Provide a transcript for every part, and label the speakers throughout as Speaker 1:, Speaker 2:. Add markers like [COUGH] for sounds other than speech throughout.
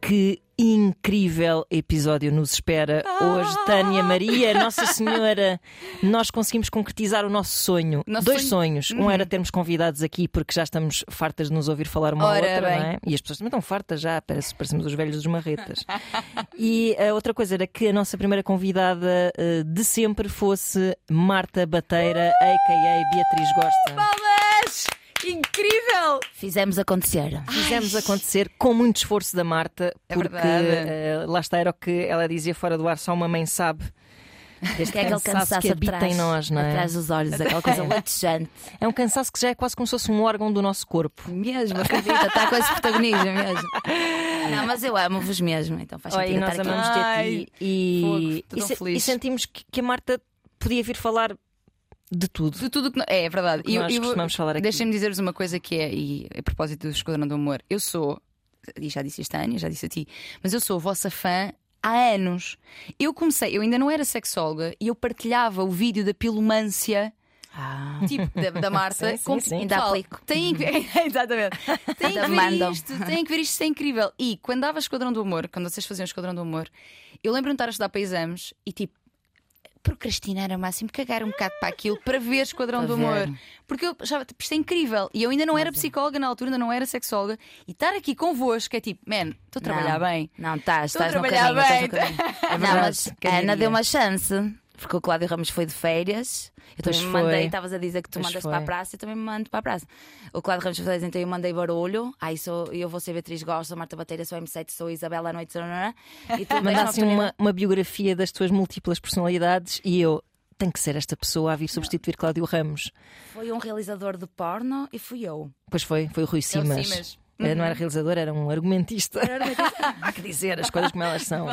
Speaker 1: que incrível episódio nos espera hoje, Tânia Maria,
Speaker 2: [LAUGHS]
Speaker 1: Nossa Senhora. Nós conseguimos concretizar o nosso sonho.
Speaker 2: Nosso
Speaker 1: Dois
Speaker 2: sonho. Uhum.
Speaker 1: sonhos. Um era termos convidados aqui porque já estamos fartas de nos ouvir falar uma à
Speaker 2: Ora
Speaker 1: outra,
Speaker 2: bem.
Speaker 1: não é? E as pessoas também estão fartas já, parece, parecemos os velhos dos marretas. E a outra coisa era que a nossa primeira convidada eh, de sempre fosse Marta Bateira, a.k.a. Beatriz Gosta.
Speaker 2: Palmas! Incrível! Ah,
Speaker 3: Fizemos acontecer.
Speaker 1: Fizemos acontecer com muito esforço da Marta,
Speaker 2: É
Speaker 1: porque
Speaker 2: verdade.
Speaker 1: eh, lá está era o que ela dizia fora do ar, só uma mãe sabe. Deste
Speaker 3: Que é aquele cansaço
Speaker 1: que habita
Speaker 3: atrás,
Speaker 1: em nós, não é?
Speaker 3: atrás dos olhos, aquela coisa latejante.
Speaker 1: É um cansaço que já é quase como se fosse um órgão do nosso corpo.
Speaker 2: Mesmo, acredita, está com esse protagonismo mesmo.
Speaker 3: Não, mas eu amo-vos mesmo, então faz
Speaker 1: Olha,
Speaker 3: sentido
Speaker 1: e É. nós
Speaker 3: estar aqui.
Speaker 1: amamos ter aqui e,
Speaker 2: fogo, tô tão
Speaker 1: e se-
Speaker 2: feliz.
Speaker 1: e sentimos que, que a Marta podia vir falar de tudo.
Speaker 2: De tudo que. no- É, é verdade.
Speaker 1: Que nós costumamos falar aqui.
Speaker 2: Deixem-me dizer-vos uma coisa que é, e a propósito do Esquadrão do Amor, eu sou, e já disse isto a Ana, já disse a ti, mas eu sou a vossa fã. Há anos. Eu comecei, eu ainda não era sexóloga e eu partilhava o vídeo da pilomância
Speaker 3: Ah,
Speaker 2: tipo da, da Marta
Speaker 1: [LAUGHS] Sim, sim,
Speaker 2: com-
Speaker 1: sim.
Speaker 3: Ainda
Speaker 2: Pessoal,
Speaker 3: aplico.
Speaker 2: Tem que ver, [LAUGHS] exatamente. Tem que
Speaker 3: Ainda
Speaker 2: ver
Speaker 3: mandam.
Speaker 2: isto, tem que ver isto, isto é incrível. E quando dava Esquadrão do Amor, quando vocês faziam Esquadrão do Amor, eu lembro-me de estar a estudar para exames e tipo. Procrastinar ao máximo, cagar um bocado para aquilo para ver Esquadrão
Speaker 3: Para
Speaker 2: do
Speaker 3: ver.
Speaker 2: Amor. Porque eu achava, tipo, isto é incrível. E eu ainda não era psicóloga na altura, ainda não era sexóloga. E estar aqui convosco é tipo, man, estou a trabalhar
Speaker 3: Não.
Speaker 2: bem.
Speaker 3: Não, estás,
Speaker 2: Estou a
Speaker 3: estás no
Speaker 2: trabalhar
Speaker 3: caminho. estás no
Speaker 2: bem.
Speaker 1: [LAUGHS]
Speaker 3: caminho. não,
Speaker 1: É verdade,
Speaker 3: mas
Speaker 1: quem
Speaker 3: a Ana
Speaker 1: diria?
Speaker 3: deu uma chance, porque o Cláudio Ramos foi de férias. Eu
Speaker 1: Pois
Speaker 3: também me
Speaker 1: foi.
Speaker 3: mandei, estavas a dizer que tu
Speaker 1: Pois
Speaker 3: mandas
Speaker 1: foi.
Speaker 3: para a praça, eu também me mando para a praça. O Cláudio Ramos foi de férias, então eu mandei barulho. Aí sou, eu vou ser Beatriz Gosta, sou Marta Bateira, sou M7, sou Isabela à noite. não, não, não. E tu deste-me a
Speaker 1: Mandassem assim uma, uma biografia das tuas múltiplas personalidades e eu. Tenho que ser esta pessoa a vir substituir Cláudio Ramos.
Speaker 3: Foi um realizador de porno e fui eu.
Speaker 1: Pois foi, foi o Rui
Speaker 2: É o
Speaker 1: Simas.
Speaker 2: Simas.
Speaker 1: Eh,
Speaker 2: Uhum.
Speaker 1: Não era realizador, era um argumentista. [LAUGHS] Há que dizer as coisas como elas são.
Speaker 2: Uhum.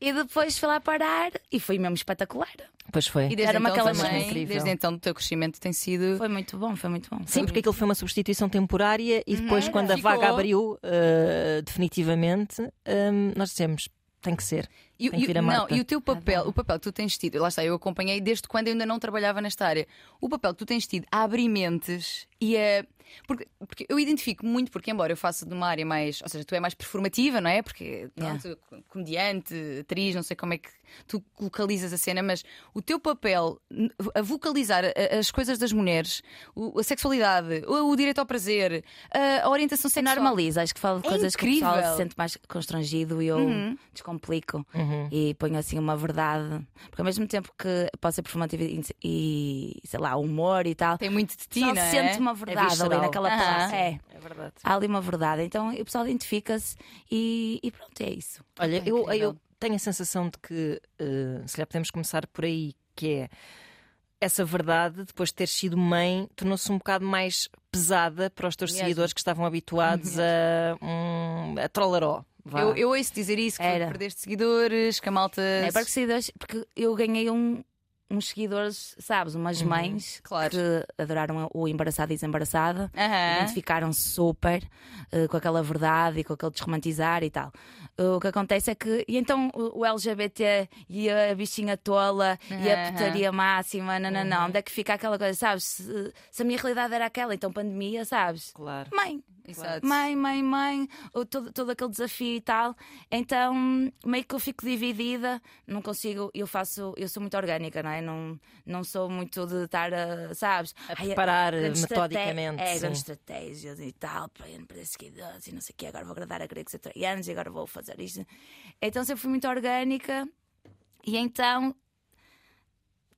Speaker 3: e depois fui lá parar e foi mesmo espetacular.
Speaker 1: Pois foi.
Speaker 2: E desde
Speaker 3: Era uma
Speaker 2: então,
Speaker 3: aquelas
Speaker 2: também,
Speaker 3: coisas
Speaker 1: incríveis.
Speaker 2: desde então, o teu crescimento tem sido.
Speaker 3: Foi muito bom, foi muito bom.
Speaker 1: Sim, porque aquilo foi uma substituição temporária e depois,
Speaker 2: Era.
Speaker 1: quando a
Speaker 2: Uhum. Ficou.
Speaker 1: vaga abriu eh, definitivamente, ehm, nós dissemos: tem que ser.
Speaker 2: E,
Speaker 1: Tem que
Speaker 2: e-
Speaker 1: vir a
Speaker 2: não,
Speaker 1: Marta. Tá
Speaker 2: e o teu papel, o papel que tu tens tido, lá está, eu acompanhei desde quando eu ainda não trabalhava nesta área. O papel que tu tens tido a abrir mentes e a. Porque, porque eu identifico muito, porque embora eu faça de uma área mais. Ou seja, tu é mais performativa, não é? Porque pronto, comediante, atriz, não sei como é que tu localizas a cena, mas o teu papel n- a vocalizar a- as coisas das mulheres, o- a sexualidade, o, o direito ao prazer, a, a orientação sexual.
Speaker 3: Normaliza, acho que falo de
Speaker 2: É
Speaker 3: coisas que o
Speaker 2: incrível. Uhum.
Speaker 3: pessoal se sente mais constrangido e eu descomplico e ponho assim uma verdade. Porque ao mesmo tempo que posso ser performativa e, e, sei lá, humor e tal,
Speaker 2: Tem muito de ti,
Speaker 3: só
Speaker 2: não é?
Speaker 3: sente uma verdade ali
Speaker 1: visceral.
Speaker 3: naquela
Speaker 2: Aham.
Speaker 3: palavra. É,
Speaker 1: É verdade.
Speaker 3: há ali uma verdade. Então o pessoal identifica-se e, e pronto, é isso.
Speaker 1: Olha,
Speaker 2: Pá,
Speaker 1: eu,
Speaker 2: incrível.
Speaker 1: eu tenho a sensação de que eh, se calhar podemos começar por aí, que é essa verdade, depois de ter sido mãe, tornou-se um bocado mais pesada para os teus
Speaker 2: Mesmo. Uhum.
Speaker 1: seguidores que estavam habituados a, um, a trollaró. vá.
Speaker 2: Eu, eu ouço dizer isso, que
Speaker 3: Era.
Speaker 2: perdeste seguidores, que a malta.
Speaker 3: É porque, seguidores, porque eu ganhei um- uns seguidores, sabes, umas mães
Speaker 2: Claro.
Speaker 3: que adoraram o embaraçado e desembaraçada.
Speaker 2: Aham.
Speaker 3: Identificaram-se super eh, com aquela verdade e com aquele desromantizar e tal. o que acontece é que. E então o o LGBT e a bichinha tola e a
Speaker 2: Aham.
Speaker 3: putaria máxima, não, não, não. Onde é que fica aquela coisa, sabes? Se, se a minha realidade era aquela, então pandemia, sabes?
Speaker 1: Claro.
Speaker 3: Mãe,
Speaker 2: Exato.
Speaker 3: mãe, mãe, mãe, ou todo, todo aquele desafio e tal. Então, meio que eu fico dividida, não consigo, eu faço, eu sou muito orgânica, não é? Não, não sou muito de estar, a, sabes?
Speaker 1: A
Speaker 3: Ai,
Speaker 1: preparar
Speaker 3: grandes estrate-
Speaker 1: metodicamente.
Speaker 3: É,
Speaker 1: sim.
Speaker 3: grandes estratégias e tal, para eu não perder seguidores e não sei o quê, agora vou agradar a gregos e troianos e agora vou fazer isto. Então, sempre fui muito orgânica e então.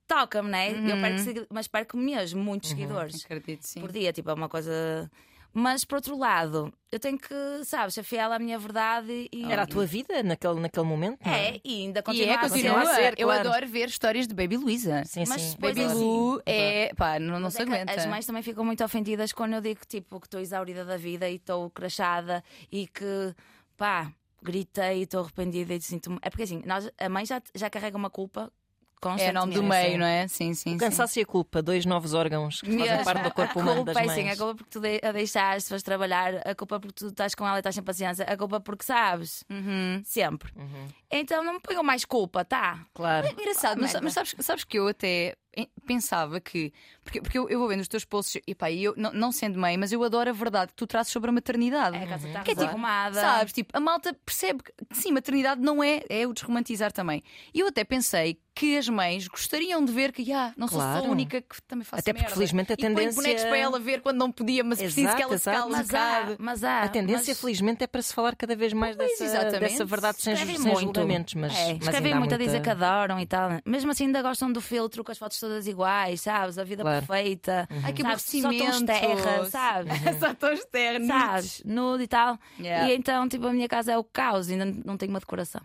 Speaker 3: Toca-me, não é?
Speaker 1: Uhum.
Speaker 3: Eu perco, segui- mas perco mesmo muitos seguidores
Speaker 2: Acredito, sim.
Speaker 3: por dia, tipo, é uma coisa. Mas por outro lado, eu tenho que, sabes, ser fiel à minha verdade e.
Speaker 1: Era a tua vida naquele, naquele momento? não
Speaker 3: É, e ainda
Speaker 2: E
Speaker 3: continua,
Speaker 2: é, continua.
Speaker 3: a ser.
Speaker 1: a ser,
Speaker 2: Eu
Speaker 1: claro.
Speaker 2: adoro ver histórias de Baby Luísa.
Speaker 1: Sim,
Speaker 3: Mas
Speaker 1: sim.
Speaker 3: depois
Speaker 2: Baby
Speaker 3: Pois é.
Speaker 2: Lu é. pá, não, não
Speaker 3: Mas
Speaker 2: se
Speaker 3: é que
Speaker 2: aguenta.
Speaker 3: As mães também ficam muito ofendidas quando eu digo tipo que estou exaurida da vida e estou crachada e que pá, gritei e estou arrependida e sinto-me. É porque assim, nós, a mãe já, já carrega uma culpa
Speaker 2: É
Speaker 3: constantemente.
Speaker 2: o nome do meio, não é? Sim, sim.
Speaker 1: O
Speaker 2: sim.
Speaker 1: cansaço e a culpa, dois novos órgãos que fazem
Speaker 3: Mesmo.
Speaker 1: parte do corpo
Speaker 3: [LAUGHS] A
Speaker 1: humano
Speaker 3: culpa
Speaker 1: das
Speaker 3: é assim, a
Speaker 1: mães.
Speaker 3: culpa porque tu de- a deixaste, vais trabalhar, a culpa porque tu estás com ela e estás sem paciência, a culpa porque sabes,
Speaker 2: Uhum.
Speaker 3: sempre. Então não me ponham mais culpa, tá?
Speaker 1: Claro.
Speaker 2: Engraçado,
Speaker 3: Ah,
Speaker 2: mas,
Speaker 3: merda.
Speaker 2: mas sabes, sabes que eu até em- pensava que. Porque, porque eu, eu vou vendo os teus posts e pá, e eu, não, não sendo mãe, mas eu adoro a verdade que tu trazes sobre a maternidade.
Speaker 3: É,
Speaker 1: Uhum.
Speaker 3: a casa está
Speaker 2: Quer dizer,
Speaker 3: arrumada.
Speaker 2: Sabes, tipo, a malta percebe que que sim, maternidade não é, é o desromantizar também. E eu até pensei que as mães gostariam de ver que, ah, não sou só
Speaker 1: Claro.
Speaker 2: a única que também faço
Speaker 1: Até porque,
Speaker 2: merda.
Speaker 1: felizmente, a
Speaker 2: E ponho
Speaker 1: tendência-
Speaker 2: bonecos para ela ver quando não podia, mas preciso
Speaker 1: Exato,
Speaker 2: que ela se
Speaker 1: exato.
Speaker 2: cale um
Speaker 3: Mas há,
Speaker 2: bocado.
Speaker 3: mas há.
Speaker 1: A tendência,
Speaker 3: mas...
Speaker 1: felizmente, é para se falar cada vez mais
Speaker 2: Pois,
Speaker 1: dessa,
Speaker 2: exatamente.
Speaker 1: dessa verdade sem,
Speaker 3: Escrevem
Speaker 1: sem
Speaker 3: muito.
Speaker 1: julgamentos. Mas,
Speaker 3: É,
Speaker 1: mas
Speaker 3: escrevem
Speaker 1: ainda há
Speaker 3: muito a dizer que
Speaker 1: [LAUGHS] muita...
Speaker 3: adoram e tal. Mesmo assim, ainda gostam do filtro com as fotos todas iguais, sabes? A vida
Speaker 1: Claro. Uhum.
Speaker 3: perfeita.
Speaker 2: Ai, que oh,
Speaker 3: sabes? Só tons
Speaker 2: aborrecimento.
Speaker 3: de terra, sabes?
Speaker 2: [LAUGHS] Só tons ternos.
Speaker 3: sabes? Nude e tal.
Speaker 2: Yeah.
Speaker 3: E então, tipo, a minha casa é o caos, ainda não tenho uma decoração.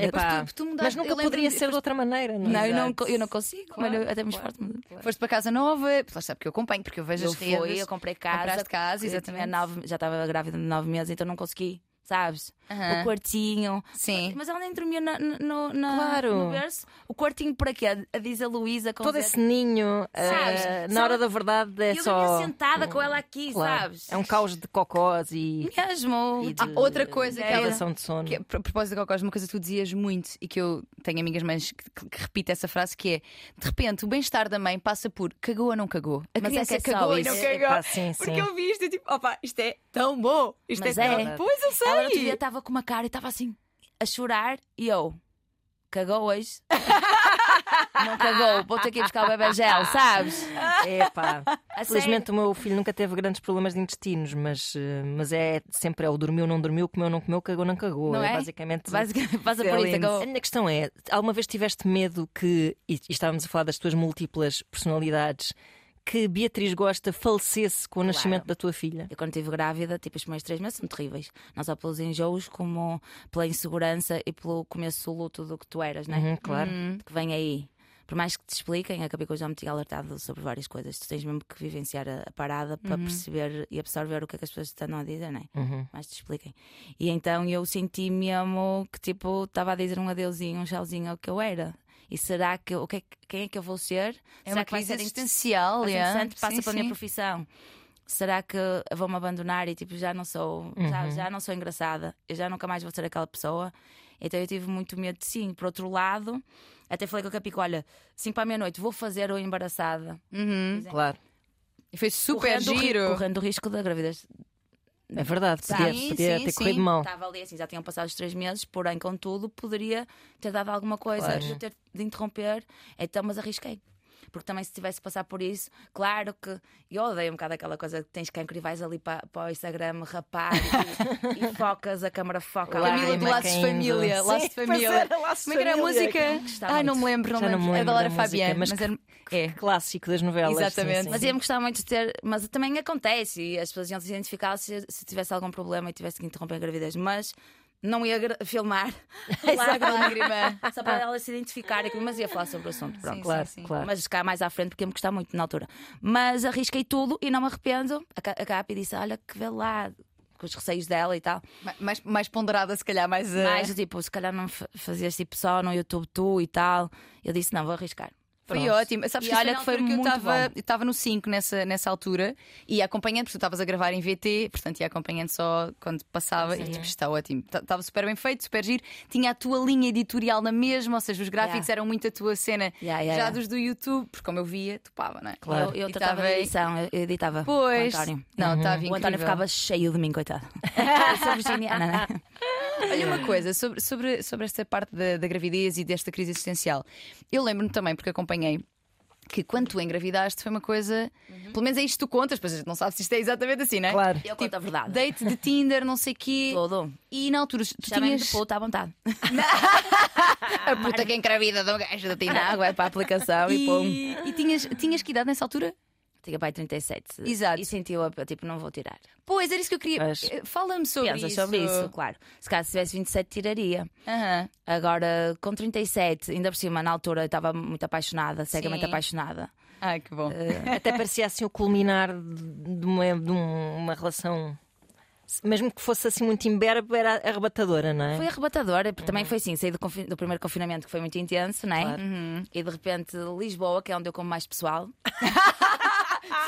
Speaker 1: Epá,
Speaker 2: Mas tu- tu mudaste-
Speaker 1: É mas
Speaker 2: eu
Speaker 1: nunca
Speaker 2: lembro-me
Speaker 1: poderia
Speaker 2: de-
Speaker 1: ser de outra maneira, não é?
Speaker 3: Não, eu não,
Speaker 2: Exato.
Speaker 3: eu não consigo,
Speaker 2: Claro,
Speaker 3: mas eu até me
Speaker 2: claro,
Speaker 3: esforço. mas-
Speaker 2: Foste para casa nova, lá sabe que eu acompanho, porque eu vejo
Speaker 3: Eu
Speaker 2: as redes.
Speaker 3: fui, eu comprei casa.
Speaker 2: Compraste casa,
Speaker 3: eu
Speaker 2: exatamente.
Speaker 3: tinha nove- já estava grávida de nove meses, então não consegui, sabes?
Speaker 2: Aham.
Speaker 1: Ah.
Speaker 3: O quartinho.
Speaker 2: Sim.
Speaker 3: Mas ela nem dormia na, no, na-
Speaker 1: Claro.
Speaker 3: no berço. O quartinho para quê? A diz a Luísa com
Speaker 1: Todo
Speaker 3: os-
Speaker 1: esse ninho,
Speaker 3: Sabes,
Speaker 1: eh,
Speaker 3: só-
Speaker 1: na hora da verdade, é
Speaker 3: Eu
Speaker 1: só.
Speaker 3: dormia sentada com ela aqui,
Speaker 1: Claro,
Speaker 3: sabes?
Speaker 1: É um caos de cocós e
Speaker 3: Mesmo.
Speaker 1: E
Speaker 2: Ah,
Speaker 1: de-
Speaker 2: outra coisa que ela
Speaker 1: privação de sono.
Speaker 2: Que, é, a propósito de cocós, uma coisa que tu dizias muito e que eu tenho amigas mães que, que, que repitem essa frase que é de repente o bem-estar da mãe passa por cagou ou não cagou. A
Speaker 3: Mas
Speaker 2: criança
Speaker 3: é que é só
Speaker 2: cagou e não
Speaker 3: isso.
Speaker 2: cagou.
Speaker 1: Epá, sim,
Speaker 2: Porque
Speaker 1: sim.
Speaker 2: eu vi isto e tipo, opa, isto é tão bom. Isto
Speaker 3: Mas
Speaker 2: é, tão
Speaker 3: é.
Speaker 2: bom. Pois eu sei.
Speaker 3: Ela outro dia estava com uma cara e estava assim a chorar e eu
Speaker 1: [LAUGHS]
Speaker 3: cagou hoje. não cagou, vou ter que ir buscar o bebê gel, sabes?
Speaker 1: Epá.
Speaker 3: A sério.
Speaker 1: Felizmente o meu filho nunca teve grandes problemas de intestinos, mas, eh, mas é sempre é o dormiu, não dormiu, comeu, não comeu, cagou, não cagou.
Speaker 3: Não é?
Speaker 1: basicamente. [LAUGHS]
Speaker 3: Basicamente, passa por isso,
Speaker 2: Excelente.
Speaker 3: cagou.
Speaker 1: A minha questão é: alguma vez tiveste medo que, e e estávamos a falar das tuas múltiplas personalidades, que Beatriz Gosta falecesse com o nascimento da tua filha?
Speaker 3: Eu quando estive grávida, tipo, os primeiros três meses são terríveis. Não só pelos enjoos, como pela insegurança e pelo começo do luto do que tu eras, né?
Speaker 1: Uhum, claro.
Speaker 3: Que vem aí. Por mais que te expliquem, acabei que eu já me tinha alertado sobre várias coisas. Tu tens mesmo que vivenciar a, a parada para perceber e absorver o que é que as pessoas te estão a dizer, né?
Speaker 1: Uhum.
Speaker 3: mais te expliquem. E então eu senti mesmo que tipo estava a dizer um adeusinho, um tchauzinho ao que eu era. E será que eu, o que é que- quem é que eu vou ser?
Speaker 2: É
Speaker 3: será
Speaker 2: uma
Speaker 3: que vai
Speaker 2: crise
Speaker 3: ser
Speaker 2: existencial,
Speaker 3: inter-
Speaker 2: é?
Speaker 3: interessante? Passa
Speaker 2: Sim,
Speaker 3: pela minha
Speaker 2: sim.
Speaker 3: profissão. Será que vão-me abandonar e tipo já não sou,
Speaker 2: Uhum.
Speaker 3: já, já não sou engraçada, eu já nunca mais vou ser aquela pessoa. Então eu tive muito medo, sim. Por outro lado, até falei com a Capico: olha, 5 para a meia-noite, vou fazer o embaraçada.
Speaker 2: Uhum.
Speaker 3: é.
Speaker 1: Claro.
Speaker 2: E foi super
Speaker 3: correndo, o ri-
Speaker 2: giro.
Speaker 3: correndo o risco da gravidez
Speaker 1: É verdade, podia,
Speaker 2: Sim,
Speaker 1: podia
Speaker 2: sim,
Speaker 1: ter
Speaker 2: sim.
Speaker 1: corrido mal.
Speaker 3: Estava ali assim, já tinham passado os três meses, porém, contudo, poderia ter dado alguma coisa,
Speaker 1: Claro.
Speaker 3: eu ter de interromper, então, mas arrisquei. Porque também se tivesse de passar por isso, claro que eu odeio um bocado aquela coisa que tens cancro e vais ali para, para o Instagram rapar e, e focas, a câmara foca lá.
Speaker 2: Camila do
Speaker 1: Lágrima
Speaker 2: Laços de
Speaker 1: caindo.
Speaker 2: Família.
Speaker 1: Sim,
Speaker 2: Laços de
Speaker 1: pois
Speaker 2: Família.
Speaker 1: era, Laços de
Speaker 2: Como é que era a
Speaker 1: Família,
Speaker 2: música?
Speaker 3: gostava
Speaker 2: Ai, não me
Speaker 3: muito.
Speaker 2: lembro, não
Speaker 1: Já não me
Speaker 2: lembro. É da
Speaker 1: lembro
Speaker 2: Laura
Speaker 1: da música,
Speaker 2: Fabiano.
Speaker 1: mas
Speaker 2: Mas era- é.
Speaker 1: Clássico das novelas. sim,
Speaker 2: Exatamente.
Speaker 1: sim.
Speaker 3: Mas ia-me gostar muito de ter, mas também acontece, e as pessoas iam se identificar se, se tivesse algum problema e tivesse que interromper a gravidez, mas não ia gra- filmar
Speaker 2: é
Speaker 3: [LAUGHS] lágrima, só para elas se identificarem, mas ia falar sobre o assunto. Pronto.
Speaker 2: Ah. Sim,
Speaker 1: Claro,
Speaker 2: sim, sim.
Speaker 1: claro.
Speaker 3: Mas cá mais à frente, porque ia me gostar muito na altura. Mas arrisquei tudo e não me arrependo. A Ca- a Capi disse: Olha, que velado, com os receios dela e tal.
Speaker 2: Ma- Mais, mais ponderada, se calhar, mais. eh,
Speaker 3: Mas tipo, se calhar não fa- fazias tipo só no YouTube tu e tal. Eu disse: Não, vou arriscar.
Speaker 2: Foi
Speaker 3: Pronto.
Speaker 2: ótimo. Sabes
Speaker 3: E
Speaker 2: que isto
Speaker 3: olha
Speaker 2: na
Speaker 3: que foi
Speaker 2: altura que eu
Speaker 3: muito
Speaker 2: estava-
Speaker 3: bom.
Speaker 2: eu estava no 5 nessa, nessa altura e ia acompanhando, porque tu estavas a gravar em VT, portanto ia acompanhando só quando passava e tipo, está ótimo. Ta- Estava super bem feito, super giro. Tinha a tua linha editorial na mesma, ou seja, os gráficos
Speaker 3: Yeah.
Speaker 2: eram muito a tua cena
Speaker 3: Yeah, yeah,
Speaker 2: já
Speaker 3: yeah.
Speaker 2: dos do YouTube, porque como eu via, topava, não é?
Speaker 1: Claro.
Speaker 3: Eu, eu
Speaker 2: E
Speaker 3: tratava
Speaker 2: tava
Speaker 3: de
Speaker 2: aí-
Speaker 3: edição, eu- eu editava. com o
Speaker 2: Pois.
Speaker 3: António.
Speaker 2: Não, estava
Speaker 3: Uhum. O António
Speaker 2: incrível.
Speaker 3: ficava cheio de
Speaker 2: [LAUGHS]
Speaker 3: mim, coitado. Eu sou virginiana, né?
Speaker 2: Olha uma coisa sobre, sobre, sobre esta parte da, da gravidez e desta crise existencial. Eu lembro-me também, porque acompanhei. Que quando tu engravidaste foi uma coisa. Pelo menos é isto que tu contas, pois a gente não sabe se isto é exatamente assim, não é?
Speaker 1: Claro.
Speaker 3: Eu conto a verdade.
Speaker 2: Date de Tinder, não sei o quê.
Speaker 3: Todo.
Speaker 2: E na altura tu
Speaker 3: Chamem-me de
Speaker 2: tinhas
Speaker 3: puta à vontade.
Speaker 2: a puta que engravida de um gajo da [LAUGHS] Tinder.
Speaker 3: Não, vai para a aplicação e, pum.
Speaker 2: E, e tinhas, tinhas que idade nessa altura?
Speaker 3: Tinha pai 37.
Speaker 2: Exato.
Speaker 3: E sentiu, a- tipo, não vou tirar.
Speaker 2: Pois, era isso que eu queria.
Speaker 1: Pois.
Speaker 2: Eh, Fala-me sobre
Speaker 3: Pensa
Speaker 2: isso.
Speaker 3: sobre isso, claro. Se caso tivesse 27, tiraria.
Speaker 2: Aham.
Speaker 3: Agora, com 37, ainda por cima, na altura, eu estava muito apaixonada, cegamente
Speaker 2: Sim.
Speaker 3: apaixonada.
Speaker 2: Ai, que bom.
Speaker 3: É.
Speaker 1: Até parecia assim o culminar de de uma, de um- uma relação, mesmo que fosse assim muito imberbe, era arrebatadora, não é?
Speaker 3: Foi arrebatadora, porque também foi assim, saí do, confi- do primeiro confinamento que foi muito intenso, né?
Speaker 1: Claro.
Speaker 3: E de repente Lisboa, que é onde eu como mais pessoal, [LAUGHS]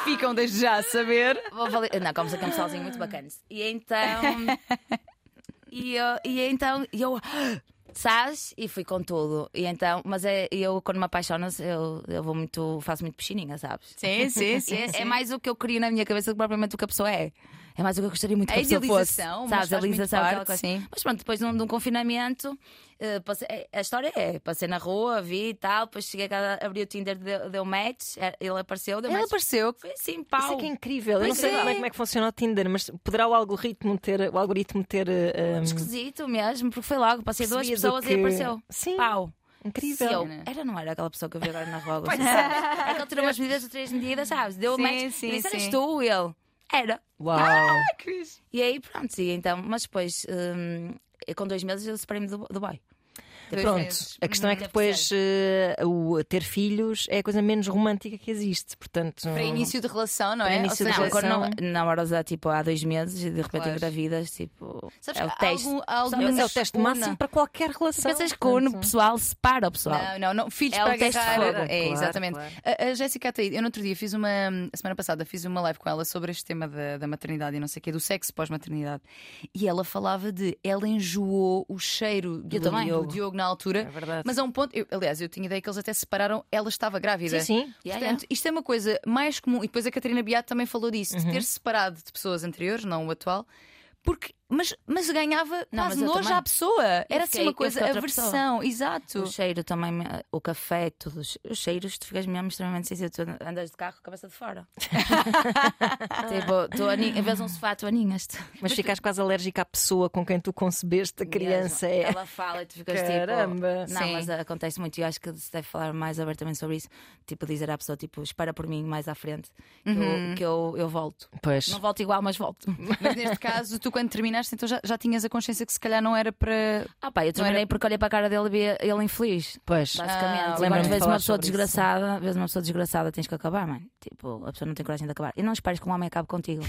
Speaker 2: Ficam desde já a saber.
Speaker 3: Vou valer- Não, como se sozinho, muito bacana. E então. e, eu, e então. E eu. sabes? E fui com tudo. E então, mas é, eu quando me apaixono, eu, eu vou muito, faço muito piscininha, sabes?
Speaker 2: Sim, sim,
Speaker 3: E
Speaker 2: [LAUGHS] sim.
Speaker 3: É,
Speaker 2: sim.
Speaker 3: é mais o que eu queria na minha cabeça do que propriamente o que a pessoa é. É mais o que eu gostaria muito
Speaker 2: A
Speaker 3: que a, pessoa fosse.
Speaker 2: idealização, mas
Speaker 3: Sabes, a
Speaker 2: faz muito
Speaker 3: idealização, aquela
Speaker 2: parte,
Speaker 3: coisa.
Speaker 2: sim.
Speaker 3: Mas pronto, depois de um, de um confinamento, eh, passei- eh, a história é: passei na rua, vi e tal, depois cheguei a casa, abri o Tinder, deu, deu match, eh, ele apareceu, deu
Speaker 2: Ela
Speaker 3: match.
Speaker 2: apareceu.
Speaker 3: Foi assim,
Speaker 1: Isso
Speaker 3: pau.
Speaker 1: é que é incrível. Eu não
Speaker 3: Pois
Speaker 1: sei
Speaker 3: é.
Speaker 1: bem como é que funciona o Tinder, mas poderá o algoritmo ter. O algoritmo ter eh, um,
Speaker 3: Esquisito mesmo, porque foi logo, passei duas
Speaker 1: percebido
Speaker 3: pessoas
Speaker 1: que-
Speaker 3: e apareceu.
Speaker 1: Sim.
Speaker 3: Pau.
Speaker 1: incrível.
Speaker 3: Se eu-
Speaker 2: né?
Speaker 3: era, não era aquela pessoa que eu vi agora na [LAUGHS] rua. sabes? É que ele tirou umas medidas ou três medidas, sabes? Deu
Speaker 2: Sim,
Speaker 3: match. Eu
Speaker 2: sim,
Speaker 3: disse, eras
Speaker 2: sim.
Speaker 3: tu, ele. Era.
Speaker 1: Uau!
Speaker 3: E aí, pronto, e então, mas depois, hum, com dois meses, eu separei-me do, do boy.
Speaker 2: Dois
Speaker 1: Pronto,
Speaker 2: meses.
Speaker 1: a questão é que
Speaker 3: deve
Speaker 1: depois eh, o ter filhos é a coisa menos romântica que existe, portanto.
Speaker 2: Para início de relação, não é?
Speaker 1: Para
Speaker 2: Ou
Speaker 1: início de
Speaker 2: seja,
Speaker 3: Não,
Speaker 1: relação.
Speaker 3: quando não, namoras há tipo há dois meses e de repente
Speaker 2: Claro.
Speaker 3: engravidas, tipo.
Speaker 2: Sabes
Speaker 3: é o
Speaker 2: que há
Speaker 3: teste.
Speaker 2: algum- há
Speaker 3: Sabe,
Speaker 1: Mas
Speaker 2: algumas-
Speaker 1: é o teste
Speaker 2: Una.
Speaker 1: máximo para qualquer
Speaker 3: Se
Speaker 1: relação.
Speaker 3: pensas que o
Speaker 1: portanto.
Speaker 3: pessoal separa o pessoal.
Speaker 2: Não, não, não. Filhos
Speaker 3: É
Speaker 2: para
Speaker 3: o teste de
Speaker 2: agarrar.
Speaker 3: fogo,
Speaker 2: é,
Speaker 1: claro,
Speaker 2: exatamente.
Speaker 1: claro.
Speaker 2: A, a Jéssica Ataíde, eu no outro dia fiz uma. A semana passada fiz uma live com ela sobre este tema da, da maternidade e não sei o quê, do sexo pós-maternidade. E ela falava de. Ela enjoou o cheiro do,
Speaker 3: Eu também.
Speaker 2: do Diogo na altura.
Speaker 1: É verdade.
Speaker 2: Mas a um ponto. eu- aliás, eu tinha ideia que eles até separaram. Ela estava grávida.
Speaker 1: Sim, sim.
Speaker 3: Yeah,
Speaker 2: Portanto, isto é uma coisa mais comum, e depois a Catarina Beato também falou disso,
Speaker 3: Uhum.
Speaker 2: de ter separado de pessoas anteriores, não o atual, porque, mas, mas ganhava
Speaker 3: Não,
Speaker 2: quase
Speaker 3: mas eu
Speaker 2: nojo
Speaker 3: também.
Speaker 2: à pessoa. Era assim
Speaker 3: fiquei-
Speaker 2: uma
Speaker 3: eu
Speaker 2: coisa,
Speaker 3: fiquei outra
Speaker 2: aversão, exato.
Speaker 3: O cheiro também, me- o café, tudo, os cheiros, tu ficas mesmo extremamente sensível. Tu andas de carro, cabeça
Speaker 2: [LAUGHS]
Speaker 3: de fora. [LAUGHS] tipo, tu aninhas, vês um sofá, tu aninhas-te.
Speaker 1: Mas ficas quase alérgica à pessoa com quem tu concebeste a criança. É.
Speaker 3: Ela fala e tu ficas
Speaker 1: Caramba.
Speaker 3: tipo. Não,
Speaker 2: Sim.
Speaker 3: mas acontece muito. e Eu acho que se deve falar mais abertamente sobre isso. Tipo, dizer à pessoa, tipo, espera por mim mais à frente, que, eu,
Speaker 1: Uhum.
Speaker 3: que eu, eu volto.
Speaker 1: Pois.
Speaker 3: Não volto igual, mas volto.
Speaker 2: Mas
Speaker 3: [LAUGHS]
Speaker 2: neste caso, tu quando terminaste, então já, já tinhas a consciência que se calhar não era para.
Speaker 3: Ah,
Speaker 1: é
Speaker 3: pá, eu terminei porque olhei para a cara dele e vi ele infeliz.
Speaker 1: Pois.
Speaker 2: Ah,
Speaker 3: Basicamente,
Speaker 1: lembro-me
Speaker 3: quando
Speaker 1: de
Speaker 3: vês
Speaker 1: falar
Speaker 3: uma pessoa
Speaker 1: sobre isso.
Speaker 3: desgraçada, vês uma pessoa desgraçada, tens que acabar, mano. Tipo, a pessoa não tem coragem de acabar. E não esperes que um homem
Speaker 1: [LAUGHS]
Speaker 3: acabe contigo.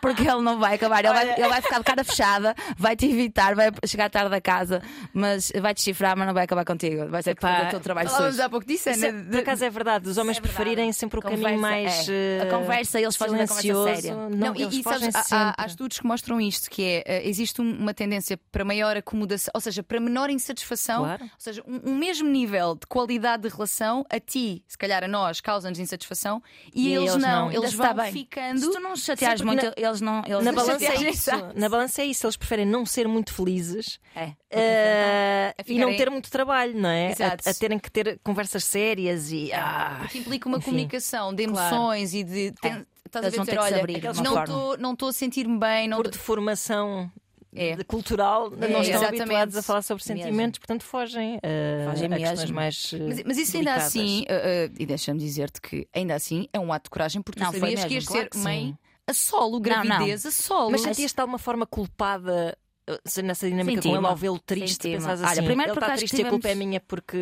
Speaker 3: Porque ele não vai acabar. Ele vai, ele vai ficar de cara fechada, vai te evitar, vai chegar tarde a casa, mas vai te chifrar, mas não vai acabar contigo. Vai ser
Speaker 1: Epá,
Speaker 3: todo o teu trabalho
Speaker 2: Falávamos
Speaker 3: sujo.
Speaker 2: há pouco disso, né?
Speaker 1: Isso
Speaker 2: Ana.
Speaker 1: é- por acaso é verdade, os homens
Speaker 3: É verdade.
Speaker 1: preferirem sempre o caminho
Speaker 3: Conversa,
Speaker 1: mais.
Speaker 3: é. A
Speaker 1: eh,
Speaker 3: conversa, eles fogem da conversa
Speaker 1: silencioso.
Speaker 3: séria.
Speaker 1: Não,
Speaker 2: Não,
Speaker 1: eles
Speaker 2: e, e
Speaker 1: fogem
Speaker 2: sabes, há-
Speaker 1: sempre.
Speaker 2: há, há estudos que mostram isto: que é eh, existe um- uma tendência para maior acomodação, ou seja, para menor insatisfação,
Speaker 1: Claro.
Speaker 2: ou seja, um, um mesmo nível de qualidade de relação a ti, se calhar a nós, causa-nos insatisfação, e, eles, não,
Speaker 1: Ainda
Speaker 2: eles
Speaker 3: está
Speaker 2: vão
Speaker 3: bem. Se
Speaker 2: ficando.
Speaker 3: tu não chateares
Speaker 1: Sim, porque
Speaker 3: muito, eles não. Eles
Speaker 1: Na
Speaker 3: não
Speaker 1: balança é
Speaker 3: chateiam.
Speaker 1: isso.
Speaker 2: Exato.
Speaker 1: Na balança é isso. Eles preferem não ser muito felizes
Speaker 3: É.
Speaker 1: eh,
Speaker 2: A
Speaker 1: e não
Speaker 2: ficarem-
Speaker 1: ter muito trabalho, não é?
Speaker 2: Exato.
Speaker 1: A, a terem que ter conversas sérias e. Ah,
Speaker 2: Que implica uma
Speaker 1: Enfim.
Speaker 2: comunicação de emoções e de. ten- Estás a ver
Speaker 3: É. Eles vão ter
Speaker 2: dizer,
Speaker 3: que se
Speaker 2: olha,
Speaker 3: abrir de uma
Speaker 2: não
Speaker 3: forma."
Speaker 2: estou não tô a sentir-me bem, não
Speaker 1: por deformação.
Speaker 2: É.
Speaker 1: de- Cultural, não estão
Speaker 2: exatamente.
Speaker 1: habituados a falar sobre
Speaker 3: Mesmo.
Speaker 1: sentimentos, portanto fogem, eh,
Speaker 3: Fogem
Speaker 1: a questões
Speaker 3: mesmo.
Speaker 1: mais. eh,
Speaker 2: Mas, mas isso ainda
Speaker 1: delicadas.
Speaker 2: assim, uh, uh, e deixa-me dizer-te que ainda assim é um ato de coragem, porque
Speaker 3: Não,
Speaker 2: tu
Speaker 3: foi
Speaker 2: sabias que
Speaker 3: mesmo,
Speaker 2: ias
Speaker 3: claro
Speaker 2: ser
Speaker 3: que sim.
Speaker 2: mãe a solo,
Speaker 3: Não, não.
Speaker 2: gravidez a solo.
Speaker 1: Mas sentias-te de alguma forma culpada eh, se- nessa dinâmica com
Speaker 3: Senti-me.
Speaker 1: ele ao vê-lo triste?
Speaker 3: Senti-me.
Speaker 1: Pensavas
Speaker 3: Olha,
Speaker 1: assim,
Speaker 3: primeiro
Speaker 1: ele
Speaker 3: porque
Speaker 1: está
Speaker 3: acho que
Speaker 1: triste e a culpa é
Speaker 3: tivemos-
Speaker 1: minha porque,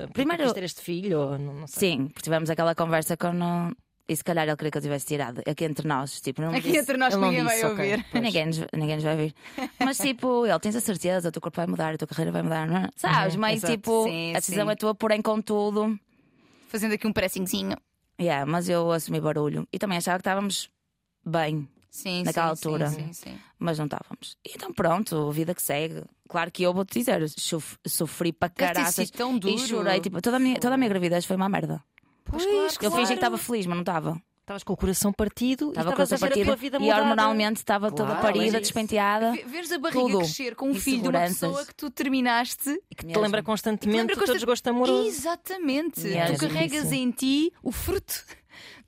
Speaker 1: porque
Speaker 3: Primeiro-
Speaker 1: quis ter este filho? Ou não, não sei.
Speaker 3: Sim, porque tivemos aquela conversa com. não- E se calhar ele queria que eu tivesse tirado. Aqui entre nós, tipo, não me
Speaker 2: Aqui
Speaker 3: disse-
Speaker 2: É entre nós
Speaker 3: ele não
Speaker 2: ninguém vai
Speaker 3: disse, ok.
Speaker 2: ouvir.
Speaker 1: Pois.
Speaker 3: Ninguém, nos, ninguém nos
Speaker 1: [LAUGHS]
Speaker 3: vai ouvir. Mas tipo, ele tens a certeza, o teu corpo vai mudar, a tua carreira vai mudar, não é? Sabes?
Speaker 1: Uhum,
Speaker 3: mas
Speaker 1: exato.
Speaker 3: tipo,
Speaker 2: Sim,
Speaker 3: a decisão
Speaker 2: sim.
Speaker 3: é tua, porém, contudo.
Speaker 2: Fazendo aqui um pressingzinho.
Speaker 3: Yeah, mas eu assumi barulho. E também achava que estávamos bem,
Speaker 2: Sim,
Speaker 3: Naquela
Speaker 2: sim,
Speaker 3: altura.
Speaker 2: Sim, sim, sim.
Speaker 3: mas não estávamos. Então pronto, vida que segue. Claro que eu vou te dizer, sof- sofri para
Speaker 2: Deve ter
Speaker 3: caraças.
Speaker 2: sido tão
Speaker 3: E
Speaker 2: duro.
Speaker 3: chorei, tipo, toda a minha, toda a minha gravidez foi uma merda.
Speaker 2: Pois,
Speaker 3: Eu
Speaker 2: claro,
Speaker 3: fingi que
Speaker 2: claro.
Speaker 3: estava feliz, mas não estava.
Speaker 1: Estavas com o coração partido e
Speaker 3: Estava com
Speaker 1: estavas a ver
Speaker 3: essa
Speaker 1: a
Speaker 3: partida.
Speaker 1: tua vida é?
Speaker 3: E
Speaker 1: mudada.
Speaker 3: hormonalmente estava toda
Speaker 1: Claro,
Speaker 3: parida,
Speaker 1: é isso.
Speaker 3: despenteada.
Speaker 2: Ve- Veres a barriga
Speaker 3: Tudo.
Speaker 2: crescer com um
Speaker 3: E
Speaker 2: filho de uma
Speaker 3: seguranças.
Speaker 2: pessoa que tu terminaste.
Speaker 1: Que te
Speaker 3: Mesmo.
Speaker 1: lembra constantemente
Speaker 2: Lembra
Speaker 1: o teu
Speaker 2: consta-
Speaker 1: desgosto amoroso.
Speaker 2: Exatamente.
Speaker 3: Mesmo,
Speaker 2: Tu carregas
Speaker 1: sim.
Speaker 2: em ti o fruto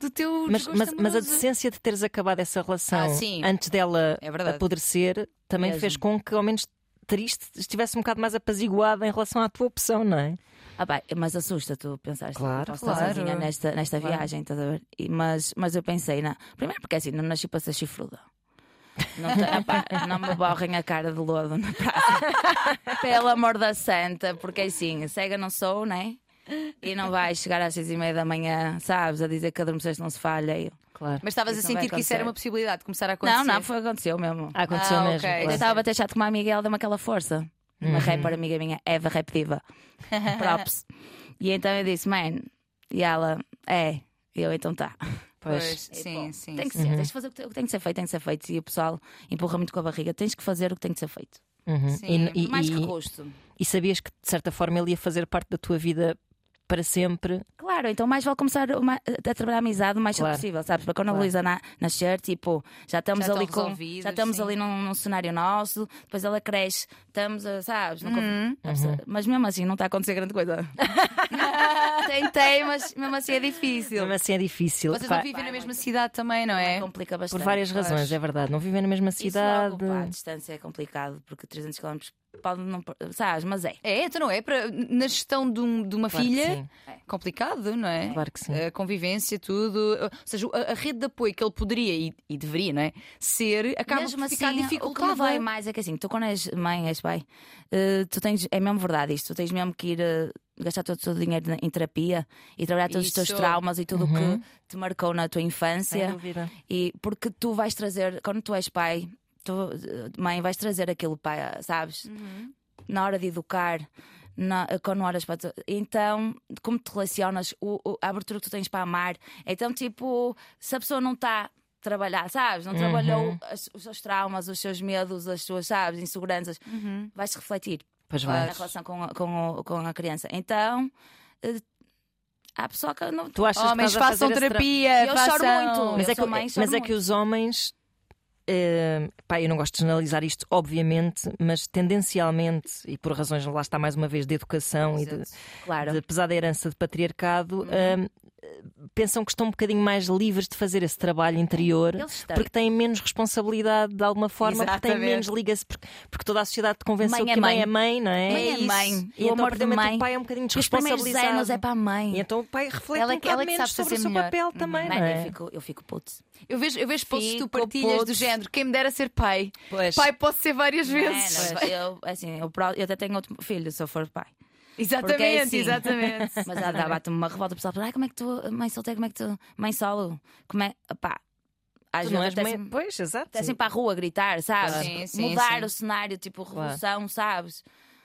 Speaker 2: do teu
Speaker 1: Mas,
Speaker 2: desgosto
Speaker 1: mas, mas a
Speaker 2: amoroso.
Speaker 1: decência de teres acabado essa relação
Speaker 2: Ah, sim.
Speaker 1: antes dela
Speaker 2: É verdade.
Speaker 1: apodrecer também
Speaker 3: Mesmo.
Speaker 1: fez com que, ao menos triste, estivesse um bocado mais apaziguada em relação à tua opção, não é?
Speaker 3: Ah, pá, mas assusta, tu pensaste.
Speaker 1: Claro,
Speaker 3: posso
Speaker 2: claro.
Speaker 3: estar sozinha nesta, nesta
Speaker 1: Claro.
Speaker 3: viagem, estás a ver? E- mas, mas eu pensei, na, primeiro porque assim, não nasci para ser chifruda. Não, te- ah, pá, não me borrem a cara de lodo na praça. Pelo amor da santa, porque assim, cega não sou, né? E não vais chegar às seis e meia da manhã, sabes, a dizer que adormeceste não se falha. Eu.
Speaker 1: Claro.
Speaker 2: Mas estavas a
Speaker 3: Isso não vai
Speaker 2: sentir que isso era
Speaker 3: acontecer.
Speaker 2: uma possibilidade de começar a acontecer.
Speaker 3: Não, não, foi aconteceu mesmo.
Speaker 1: Ah, aconteceu
Speaker 2: Ah,
Speaker 1: mesmo.
Speaker 2: ok.
Speaker 3: Eu
Speaker 1: claro.
Speaker 3: estava até chato com uma amiga e ela deu-me aquela força.
Speaker 2: Uhum.
Speaker 3: Uma rapper amiga minha, Eva Rap
Speaker 2: [LAUGHS]
Speaker 3: Diva. Props. E então eu disse, man, e ela, é. E eu, então tá.
Speaker 1: Pois.
Speaker 2: Pois, sim, sim.
Speaker 3: Tem que
Speaker 2: sim. Uhum.
Speaker 3: ser, tens de fazer o que te- o que tem que ser feito, tem que ser feito. E o pessoal empurra muito com a barriga, tens que fazer o que tem que ser feito.
Speaker 1: Uhum.
Speaker 2: Sim,
Speaker 1: e, e-
Speaker 3: mais
Speaker 1: e-
Speaker 2: [LAUGHS]
Speaker 3: recusto.
Speaker 1: e sabias que de certa forma ele ia fazer parte da tua vida para sempre.
Speaker 3: Claro, então mais vale começar uma- a trabalhar a amizade o mais cedo
Speaker 1: Claro.
Speaker 3: possível, sabes? Para quando a
Speaker 1: Claro.
Speaker 3: Luísa na- nascer, tipo, já estamos
Speaker 2: Já
Speaker 3: ali
Speaker 2: estão
Speaker 3: com.
Speaker 2: resolvidos,
Speaker 3: Já estamos
Speaker 2: sim.
Speaker 3: ali num, num cenário nosso, depois ela cresce, estamos, a, sabes? Nunca,
Speaker 2: Uhum.
Speaker 3: sabes, Mas mesmo assim não está a acontecer grande coisa.
Speaker 2: Tentei, mas mesmo assim é difícil.
Speaker 1: Mesmo assim é difícil.
Speaker 2: Vocês
Speaker 1: Pá,
Speaker 2: não vivem na mesma cidade também, não é?
Speaker 3: Complica bastante.
Speaker 1: por várias
Speaker 2: pois.
Speaker 1: razões, é verdade. Não vivem na mesma
Speaker 3: Isso
Speaker 1: cidade.
Speaker 3: logo, pá, a distância é complicado, porque 300 km pode não. Sabes? Mas é.
Speaker 2: É, então não é? Para, na gestão de, um- de uma
Speaker 1: Claro que
Speaker 2: filha,
Speaker 1: sim.
Speaker 2: complicado, não é?
Speaker 1: Claro que sim.
Speaker 2: A convivência, tudo. Ou seja, a, a rede de apoio que ele poderia e, e deveria, não é? Ser, acaba
Speaker 3: Mesmo
Speaker 2: por ficar
Speaker 3: assim, o que me
Speaker 2: dificultada.
Speaker 3: vai mais é que assim, tu quando és mãe, és pai, eh, tu tens, é mesmo verdade isto, tu tens mesmo que ir eh, gastar todo o teu dinheiro na- em terapia e trabalhar todos os teus
Speaker 2: Isso.
Speaker 3: traumas e tudo o que te marcou na tua
Speaker 1: Sem
Speaker 3: infância.
Speaker 1: dúvida.
Speaker 3: E porque tu vais trazer, quando tu és pai, tu, eh, mãe, vais trazer aquilo para, sabes?
Speaker 1: Uhum.
Speaker 3: Na hora de educar, na, quando horas para. tu- Então, como te relacionas, o- o- a abertura que tu tens para amar. Então, tipo, se a pessoa não está. Trabalhar, sabes? Não
Speaker 1: Uhum.
Speaker 3: trabalhou as- os seus traumas, os seus medos, as suas, sabes, inseguranças.
Speaker 1: Uhum.
Speaker 3: Vais refletir
Speaker 1: Pois
Speaker 3: na
Speaker 1: vai.
Speaker 3: relação com a, com o- com a criança. Então, eh, há pessoa que não.
Speaker 1: Tu achas
Speaker 2: Homens,
Speaker 1: que estás a
Speaker 2: façam
Speaker 1: fazer esse tra-
Speaker 2: terapia.
Speaker 3: Eu
Speaker 2: façam...
Speaker 3: choro muito.
Speaker 1: Mas,
Speaker 3: Eu
Speaker 1: é que,
Speaker 3: sou mãe, choro
Speaker 1: mas é que
Speaker 3: muito.
Speaker 1: os homens. eh, pá, eu não gosto de generalizar isto, obviamente, mas tendencialmente, e por razões, lá está mais uma vez, de educação
Speaker 2: é
Speaker 1: e de,
Speaker 3: Claro.
Speaker 1: tá de pesada herança de patriarcado, hum, pensam que estão um bocadinho mais livres de fazer esse trabalho interior.
Speaker 3: Eles têm.
Speaker 1: Porque têm menos responsabilidade de alguma forma, porque têm
Speaker 2: Exatamente.
Speaker 1: menos liga-se, porque, porque toda a sociedade te convenceu
Speaker 3: Mãe é
Speaker 1: que a
Speaker 3: mãe.
Speaker 1: mãe é mãe, não é?
Speaker 3: Mãe é
Speaker 1: Isso.
Speaker 3: mãe.
Speaker 1: E
Speaker 3: O
Speaker 1: então,
Speaker 3: amor
Speaker 1: a partir do momento em
Speaker 3: de mãe.
Speaker 1: que o pai é um bocadinho
Speaker 3: Os primeiros
Speaker 1: desresponsabilizado.
Speaker 3: anos é para a mãe.
Speaker 1: E então o pai reflete
Speaker 2: Ela
Speaker 1: um
Speaker 2: é que- ela
Speaker 1: bocado
Speaker 2: é que
Speaker 1: menos
Speaker 2: sabe
Speaker 1: sobre o
Speaker 2: fazer
Speaker 1: seu
Speaker 2: melhor.
Speaker 1: papel também, não
Speaker 3: Mãe, eu
Speaker 1: é?
Speaker 3: fico, eu fico puto.
Speaker 2: Eu vejo, eu vejo posts que tu
Speaker 3: Fico
Speaker 2: partilhas do
Speaker 3: puto.
Speaker 2: género. Quem me dera ser pai.
Speaker 1: Pois.
Speaker 2: Pai, posso ser várias
Speaker 3: é,
Speaker 2: vezes.
Speaker 3: Mano, eu, assim, eu, pro- eu até tenho outro filho se eu for pai.
Speaker 2: Exatamente,
Speaker 3: Porque é assim.
Speaker 2: exatamente.
Speaker 3: Mas há- dá- bate-me uma revolta pessoal. Ai, como é que tu, mãe solteira, como é que tu, mãe solo? Como é, pá, às
Speaker 1: Tu não és
Speaker 3: vezes até
Speaker 1: mãe-
Speaker 3: assim,
Speaker 1: Pois, exato.
Speaker 3: até assim para a rua gritar, sabes?
Speaker 2: Claro. Sim, sim,
Speaker 3: Mudar
Speaker 2: sim.
Speaker 3: o cenário, tipo revolução, sabes?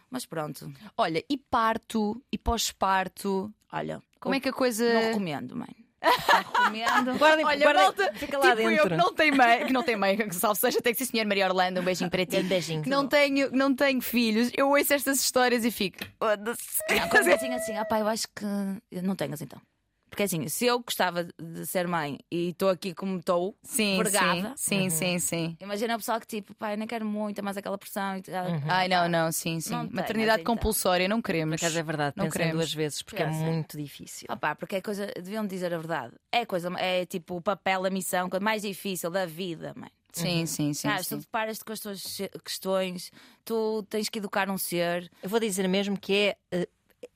Speaker 3: Mas pronto,
Speaker 2: Olha, e parto, e pós-parto.
Speaker 3: olha,
Speaker 2: Como é que a coisa.
Speaker 3: não recomendo, mãe. Não
Speaker 2: [LAUGHS]
Speaker 3: recomendo.
Speaker 1: Guardem,
Speaker 2: Olha,
Speaker 1: guardem-
Speaker 2: malta,
Speaker 1: fica lá
Speaker 2: tipo eu
Speaker 1: dentro.
Speaker 2: que não tenho mãe, que não tenho mãe, que salve seja, tem que ser senhor Maria Orlando, um beijinho para ti.
Speaker 1: Um beijinho.
Speaker 2: Que não tenho, que não tenho filhos, eu ouço estas histórias e fico. "Foda-se."
Speaker 3: Não, quando dizem assim, ah pá, eu acho que eu não tenhas então. Porque assim, se eu gostava de ser mãe e estou aqui como estou,
Speaker 2: Sim,
Speaker 3: Vergada.
Speaker 1: Uhum.
Speaker 2: sim, sim, sim, sim.
Speaker 3: imagina o pessoal que tipo, pá, eu nem quero muito, é mais aquela pressão. e tal.
Speaker 1: Uhum.
Speaker 2: Ai, não, não, sim, sim.
Speaker 3: Não tem,
Speaker 2: Maternidade
Speaker 3: mas então.
Speaker 2: compulsória, não
Speaker 1: Por
Speaker 2: queremos.
Speaker 1: acaso é verdade,
Speaker 2: Não
Speaker 1: pensem
Speaker 2: queremos.
Speaker 1: duas vezes, porque é
Speaker 3: Pensa.
Speaker 1: muito difícil.
Speaker 3: Opá, porque é coisa, deviam dizer a verdade. É coisa, é tipo o papel, a missão, a coisa mais difícil da vida, mãe.
Speaker 1: Uhum.
Speaker 2: Sim, sim, sim.
Speaker 1: Ah,
Speaker 3: Sabes,
Speaker 1: é
Speaker 2: sim.
Speaker 3: tu deparas-te com as tuas che- questões, tu tens que educar um ser.
Speaker 1: Eu vou dizer mesmo que é eh,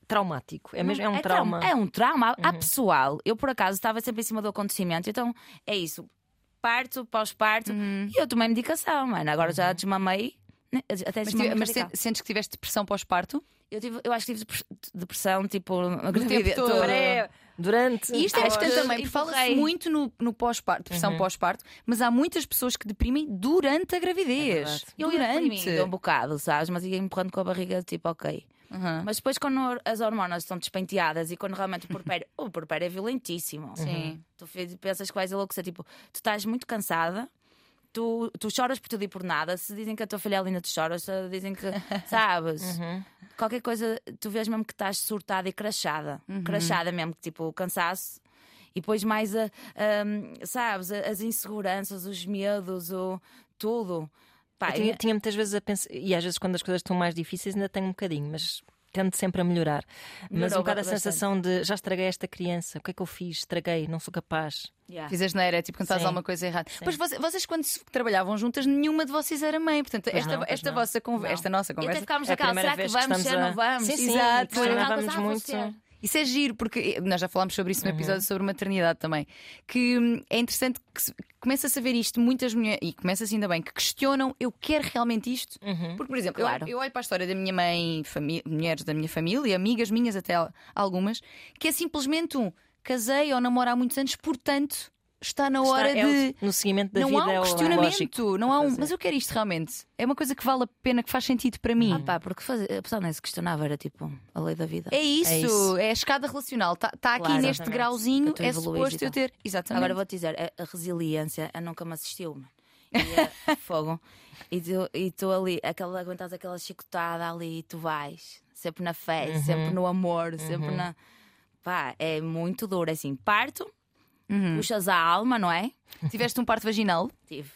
Speaker 1: traumático. É, mesmo, é um
Speaker 3: é
Speaker 1: trauma.
Speaker 3: É um trauma.
Speaker 2: Uhum.
Speaker 3: Há há pessoal. Eu, por acaso, estava sempre em cima do acontecimento. Então, é isso. Parto, pós-parto.
Speaker 2: Uhum.
Speaker 3: E eu tomei medicação, mano. Agora já desmamei. né, Até
Speaker 2: Mas,
Speaker 3: desmamei
Speaker 2: tive- mas
Speaker 3: radical.
Speaker 2: sen- sentes que tiveste depressão pós-parto?
Speaker 3: eu, tive, eu acho que tive depre- depressão, tipo, a gravidez
Speaker 2: todo.
Speaker 3: toda.
Speaker 1: É, Durante.
Speaker 2: E isto é
Speaker 3: Acho
Speaker 2: importante
Speaker 3: que
Speaker 2: também, porque fala-se
Speaker 3: empurrei.
Speaker 2: muito no, no pós-parto,
Speaker 1: Uhum.
Speaker 2: depressão pós-parto, mas há muitas pessoas que deprimem durante a gravidez.
Speaker 1: É verdade.
Speaker 3: Eu ia deprimida um bocado, sabes? Mas ia empurrando com a barriga, tipo, ok.
Speaker 2: Uhum.
Speaker 3: Mas depois, quando as hormonas estão despenteadas e quando realmente o porpério. [LAUGHS] o porpério é violentíssimo.
Speaker 2: Sim.
Speaker 3: Tu fez- pensas que vais a loucura, tipo, tu estás muito cansada. Tu, tu choras por tudo e por nada. Se dizem que a tua filha é linda, tu choras. Se
Speaker 1: [LAUGHS]
Speaker 3: dizem que. Sabes?
Speaker 1: Uhum.
Speaker 3: Qualquer coisa, tu vês mesmo que estás surtada e crachada.
Speaker 1: Uhum.
Speaker 3: Crachada mesmo, que tipo, o cansaço. E depois mais, a, a- sabes, a- as inseguranças, os medos, o, tudo. Pá,
Speaker 1: Eu tinha, tinha muitas vezes a pensar, e às vezes quando as coisas estão mais difíceis ainda tenho um bocadinho, mas tento sempre a melhorar. Mas um
Speaker 3: Melhorou
Speaker 1: bocado a
Speaker 3: bastante.
Speaker 1: sensação de já estraguei esta criança, o que é que eu fiz? Estraguei, não sou capaz.
Speaker 3: yeah.
Speaker 2: Fizeste na era, tipo, quando
Speaker 1: Ah.
Speaker 2: estás
Speaker 1: Sim.
Speaker 2: alguma coisa errada. Mas vocês, vocês quando se- trabalhavam juntas, nenhuma de vocês era mãe. Portanto, esta,
Speaker 1: não, pois
Speaker 2: esta
Speaker 1: não.
Speaker 2: vossa conversa, esta nossa
Speaker 3: E até
Speaker 2: conversa.
Speaker 3: ficámos
Speaker 1: é a
Speaker 3: naquela,
Speaker 1: primeira
Speaker 3: será que
Speaker 1: vez
Speaker 3: vamos,
Speaker 1: estamos
Speaker 3: será
Speaker 1: a...
Speaker 3: não vamos?
Speaker 1: Sim, sim,
Speaker 2: Exato.
Speaker 1: e depois ainda
Speaker 3: Ah,
Speaker 1: vamos
Speaker 3: mas ah, vou
Speaker 1: muito.
Speaker 3: ser.
Speaker 2: Isso é giro, porque eh, nós já falámos sobre
Speaker 1: Uhum.
Speaker 2: isso no episódio sobre maternidade também. Que hum, é interessante que se- começa-se a ver isto muitas mulheres, e começa-se ainda bem, que questionam: eu quero realmente isto?
Speaker 1: Uhum.
Speaker 2: Porque, por exemplo, eu-
Speaker 3: Claro.
Speaker 2: eu, olho para a história da minha mãe, fami- mulheres da minha família, amigas minhas até al- algumas, que é simplesmente um casei ou namoro há muitos anos, portanto está na hora
Speaker 1: Está- é o-
Speaker 2: de.
Speaker 1: no seguimento da
Speaker 2: não
Speaker 1: vida
Speaker 2: há
Speaker 1: é
Speaker 2: um
Speaker 1: o lógico
Speaker 2: questionamento, não
Speaker 1: a
Speaker 2: há um.
Speaker 1: fazer.
Speaker 2: Mas eu quero isto realmente. É uma coisa que vale a pena, que faz sentido para mim.
Speaker 3: Ah, pá, porque faz- a pessoa nem se questionava, era tipo a lei da vida.
Speaker 2: É isso, é
Speaker 1: isso.
Speaker 2: a escada relacional. Está aqui
Speaker 3: Claro,
Speaker 2: neste
Speaker 1: exatamente.
Speaker 2: grauzinho,
Speaker 3: Para tu
Speaker 2: é
Speaker 3: evoluir e
Speaker 2: suposto eu
Speaker 3: tal.
Speaker 2: ter. Exatamente.
Speaker 3: é Agora vou-te dizer, a, a resiliência eu nunca é me assistiu, mano. E, eh, [LAUGHS] fogo. E tu, e tu ali, aquela, aguentas aquela chicotada ali e tu vais. Sempre na fé,
Speaker 1: Uhum.
Speaker 3: sempre no amor, sempre na. Pá, é muito duro. Assim, parto, [LAUGHS] puxas a alma, não é?
Speaker 2: Uhum. Tiveste um parto vaginal,
Speaker 3: Tive,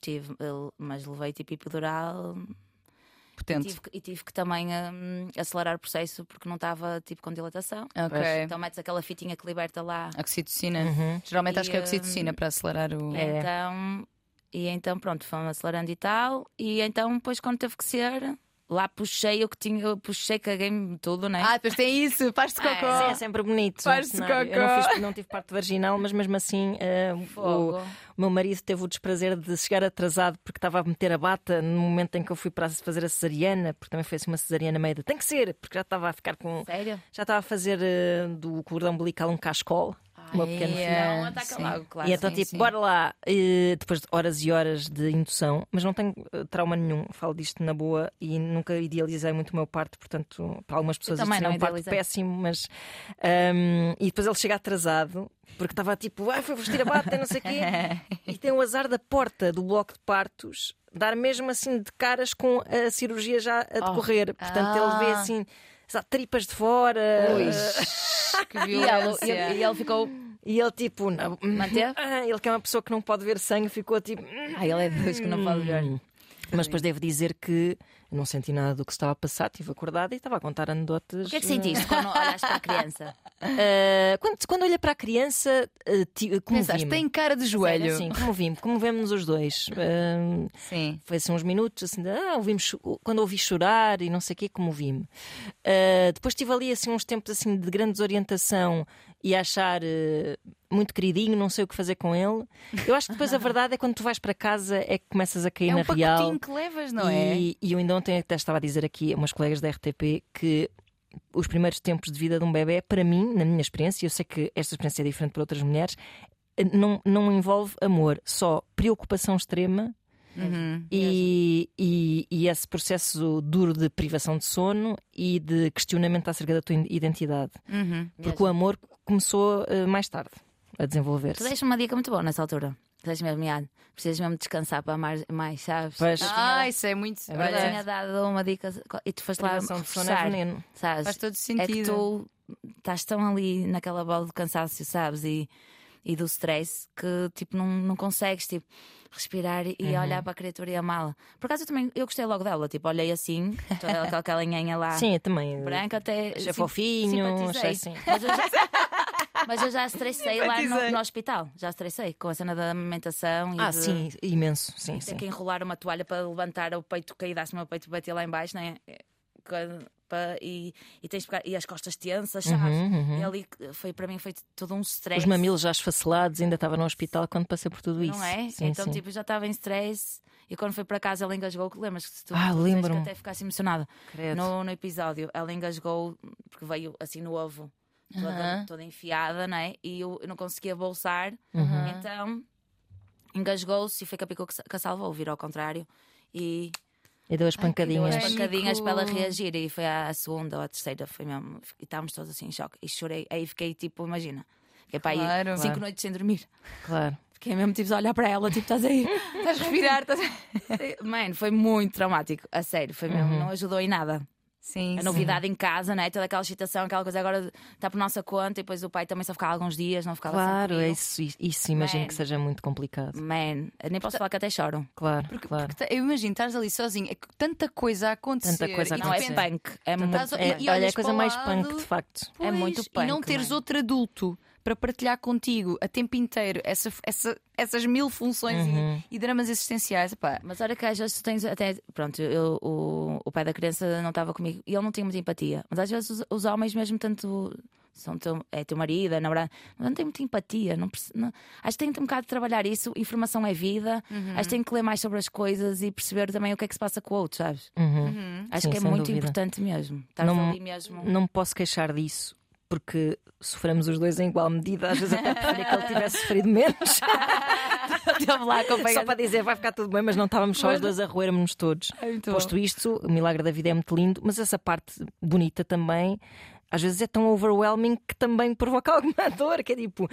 Speaker 3: tive, eh, mas levei tipo epidural e
Speaker 2: potente.
Speaker 3: tive, que- e tive que também hum, acelerar o processo porque não estava tipo com dilatação.
Speaker 2: Ok.
Speaker 3: Então metes aquela fitinha que liberta lá.
Speaker 2: Oxitocina. Geralmente acho que é
Speaker 3: Uhum. E, hum,
Speaker 2: oxitocina para acelerar o.
Speaker 3: Então, e então pronto, fomos acelerando e tal. E então depois quando teve que ser, lá puxei o que tinha, eu puxei, caguei-me tudo, né?
Speaker 2: Ah, depois tem isso, faz
Speaker 3: Ah,
Speaker 2: de cocó.
Speaker 1: Sim, é
Speaker 3: assim.
Speaker 1: sempre bonito.
Speaker 2: Faz-se
Speaker 1: um cenário. Eu não,
Speaker 2: cocó.
Speaker 1: fiz- não tive parte vaginal, mas mesmo assim eh, o,
Speaker 3: Fogo.
Speaker 1: o meu marido teve o desprazer de chegar atrasado porque estava a meter a bata no momento em que eu fui para fazer a cesariana, porque também foi assim uma cesariana meio de tem que ser, porque já estava a ficar com.
Speaker 3: Sério?
Speaker 1: Já estava a fazer eh, do cordão umbilical um cascol, uma pequena filha.
Speaker 2: Ai, é,
Speaker 3: Não, ataca
Speaker 2: sim.
Speaker 3: um logo, claro.
Speaker 1: E então,
Speaker 2: sim,
Speaker 1: tipo,
Speaker 2: sim.
Speaker 1: bora lá, eh, depois de horas e horas de indução, mas não tenho eh, trauma nenhum, falo disto na boa e nunca idealizei muito o meu parto, portanto, para algumas pessoas isto
Speaker 3: também
Speaker 1: será
Speaker 3: não
Speaker 1: um parto
Speaker 3: idealizei.
Speaker 1: péssimo, mas. ahm, e depois ele chega atrasado, porque estava tipo, ah, foi vestir a bata, não sei o quê, e tem o azar da porta do bloco de partos dar mesmo assim de caras com a cirurgia já a decorrer, portanto, ele vê
Speaker 2: Ah.
Speaker 1: assim. sabe, Tripas de fora
Speaker 2: Ui, que
Speaker 3: E ele,
Speaker 2: violência.
Speaker 3: e ele- e ele ficou.
Speaker 1: e ele tipo, não,
Speaker 3: Manteve?
Speaker 1: Ah, ele que é uma pessoa que não pode ver sangue, ficou tipo,
Speaker 3: Ah, ele é dois que não pode ver.
Speaker 1: Mas depois devo dizer que não senti nada do que se estava a passar, estive acordada e estava a contar anedotas.
Speaker 3: O que é que sentiste quando olhaste para a criança?
Speaker 1: Ah, quando, quando olha para a criança, ah, ti-
Speaker 2: Pensaste,
Speaker 1: comovi-me.
Speaker 2: tem cara de joelho.
Speaker 1: Sim, comovi-me, comovemos-nos os dois. Ah,
Speaker 2: Sim.
Speaker 1: foi assim uns minutos, assim, de, ah, ouvimos, cho- quando ouvi chorar e não sei o quê, comovi-me. Ah, depois tive ali assim, uns tempos assim, de grande desorientação e a achar eh, muito queridinho, não sei o que fazer com ele. Eu acho que depois a verdade é quando tu vais para casa é que começas a cair
Speaker 2: É
Speaker 1: na
Speaker 2: um
Speaker 1: real.
Speaker 2: pacotinho que levas, não é?
Speaker 1: E, e eu ainda ontem até estava a dizer aqui a umas colegas da RTP que os primeiros tempos de vida de um bebê, para mim, na minha experiência, eu sei que esta experiência é diferente para outras mulheres, eh, não, não envolve amor, só preocupação extrema
Speaker 2: Uhum.
Speaker 1: e, e- e esse processo duro de privação de sono e de questionamento acerca da tua in- identidade.
Speaker 2: Uhum.
Speaker 1: Porque o amor começou eh, mais tarde a
Speaker 3: Tu
Speaker 1: desenvolver-se.
Speaker 3: deixas uma dica muito boa nessa altura. Tu deixas mesmo, Ian, precisas mesmo descansar para amar mais, sabes?
Speaker 1: Pois.
Speaker 2: Ah, isso é muito.
Speaker 1: É
Speaker 3: Olha,
Speaker 2: Olha,
Speaker 3: tinha dado uma dica e tu foste lá
Speaker 1: Privação de sono é
Speaker 3: reforçar,
Speaker 1: veneno.
Speaker 3: sabes?
Speaker 2: faz todo
Speaker 3: É que
Speaker 2: sentido.
Speaker 3: tu estás tão ali naquela bola do cansaço, sabes? E, e do stress que tipo não, não consegues tipo, respirar e
Speaker 1: Uhum.
Speaker 3: olhar para a criatura e amá-la. Por acaso eu também eu gostei logo dela, tipo, olhei assim, toda ela com aquela [LAUGHS] nhanha lá
Speaker 2: Ah.
Speaker 1: Sim, eu também.
Speaker 3: branca até. tipo,
Speaker 1: Achei
Speaker 3: sim-
Speaker 1: fofinho, achei
Speaker 3: simpatizei.
Speaker 1: assim.
Speaker 3: Mas eu já, [LAUGHS] mas eu já estressei lá no,
Speaker 2: Simpatizei.
Speaker 3: no hospital. Já estressei com a cena da amamentação e
Speaker 1: Ah,
Speaker 3: de-
Speaker 1: sim, imenso. Sim, sim.
Speaker 3: ter que enrolar uma toalha para levantar o peito caído, assim, o meu peito bater lá embaixo, né? É, quando- pa- E, e tens de ficar- e as costas tensas, sabes? E ali que foi para mim foi todo um stress.
Speaker 1: Uhum, Os mamilos já esfacelados, ainda estava no hospital quando passei por tudo isso.
Speaker 3: Não é?
Speaker 1: Sim,
Speaker 3: então,
Speaker 1: sim.
Speaker 3: tipo, eu já estava em stress e quando foi para casa ela engasgou. que Lembras que tu,
Speaker 1: Ah,
Speaker 3: tu disseste
Speaker 1: lembro-me.
Speaker 3: que até ficasse emocionada
Speaker 1: Credo.
Speaker 3: no, no episódio? Ela engasgou porque veio assim no ovo, toda,
Speaker 2: Aham.
Speaker 3: toda enfiada, não é? E eu não conseguia bolsar,
Speaker 2: Uhum.
Speaker 3: então engasgou-se e foi Capicô que, sa- que a salvou, virou ao contrário. E
Speaker 1: E deu as
Speaker 3: deu
Speaker 1: pancadinhas.
Speaker 3: as
Speaker 2: Pânico.
Speaker 3: pancadinhas para ela reagir. E foi à à segunda ou à terceira, foi mesmo. E estávamos todos assim em choque. E chorei. Aí fiquei tipo, imagina. Fiquei para aí
Speaker 2: Claro.
Speaker 3: cinco
Speaker 2: Claro.
Speaker 3: noites sem dormir.
Speaker 1: Claro.
Speaker 3: Fiquei mesmo tipo a olhar para ela, tipo,
Speaker 2: [LAUGHS]
Speaker 3: estás aí.
Speaker 2: Estás a respirar, estás a-
Speaker 3: Mano, foi muito traumático, a sério, foi mesmo,
Speaker 2: Uhum.
Speaker 3: não ajudou em nada.
Speaker 2: Sim,
Speaker 3: A
Speaker 2: sim.
Speaker 3: novidade em casa, né? toda aquela excitação, aquela coisa agora está por nossa conta e depois o pai também só ficava alguns dias, não ficava
Speaker 1: Claro, é
Speaker 3: sempre
Speaker 1: isso, isso- isso imagino que
Speaker 3: Man.
Speaker 1: seja muito complicado.
Speaker 3: eu. Man, eu nem posso falar que até choro.
Speaker 1: Claro,
Speaker 2: Porque,
Speaker 1: claro.
Speaker 2: porque te- eu imagino, estás ali sozinho, é que tanta coisa a acontecer.
Speaker 1: Tanta coisa a
Speaker 2: e de
Speaker 3: Não é
Speaker 1: Sim.
Speaker 2: repente-
Speaker 3: punk, é muito.
Speaker 2: estás a-
Speaker 1: É,
Speaker 2: e- e
Speaker 1: olha, é a
Speaker 2: olhas
Speaker 1: coisa
Speaker 2: para o
Speaker 1: mais
Speaker 2: lado.
Speaker 1: punk, de facto.
Speaker 3: É muito
Speaker 2: E não
Speaker 3: punk,
Speaker 2: teres
Speaker 3: mãe.
Speaker 2: outro adulto para partilhar contigo a tempo inteiro essa- essa- essas mil funções e- e, dramas existenciais. Epá,
Speaker 3: Mas olha que às vezes tu tens até. Pronto, eu, o, o pai da criança não estava comigo e ele não tinha muita empatia. Mas às vezes os, os homens, mesmo tanto. São teu, é teu marido, é namorado, não tem muita empatia. Não, perce- não- acho que tem um bocado de trabalhar isso. Informação é vida, acho que tem que ler mais sobre as coisas e perceber também o que é que se passa com o outro, sabes?
Speaker 1: Uhum.
Speaker 3: Acho
Speaker 1: Sim,
Speaker 3: que é
Speaker 1: sem
Speaker 3: muito
Speaker 1: dúvida.
Speaker 3: importante mesmo. Estás
Speaker 1: Não-
Speaker 3: ali mesmo.
Speaker 1: Não me posso queixar disso, porque sofremos os dois em igual medida. Às vezes até preferia que ele tivesse sofrido
Speaker 3: [LAUGHS]
Speaker 1: menos.
Speaker 3: Estava lá
Speaker 1: Só
Speaker 3: acompanhando.
Speaker 1: para dizer, vai ficar tudo bem, mas não estávamos só os dois a roermos-nos todos.
Speaker 3: então.
Speaker 2: muito bom.
Speaker 1: Posto isto, o milagre da vida é muito lindo, mas essa parte bonita também Às vezes é tão overwhelming que também provoca [LAUGHS] alguma dor, que é tipo,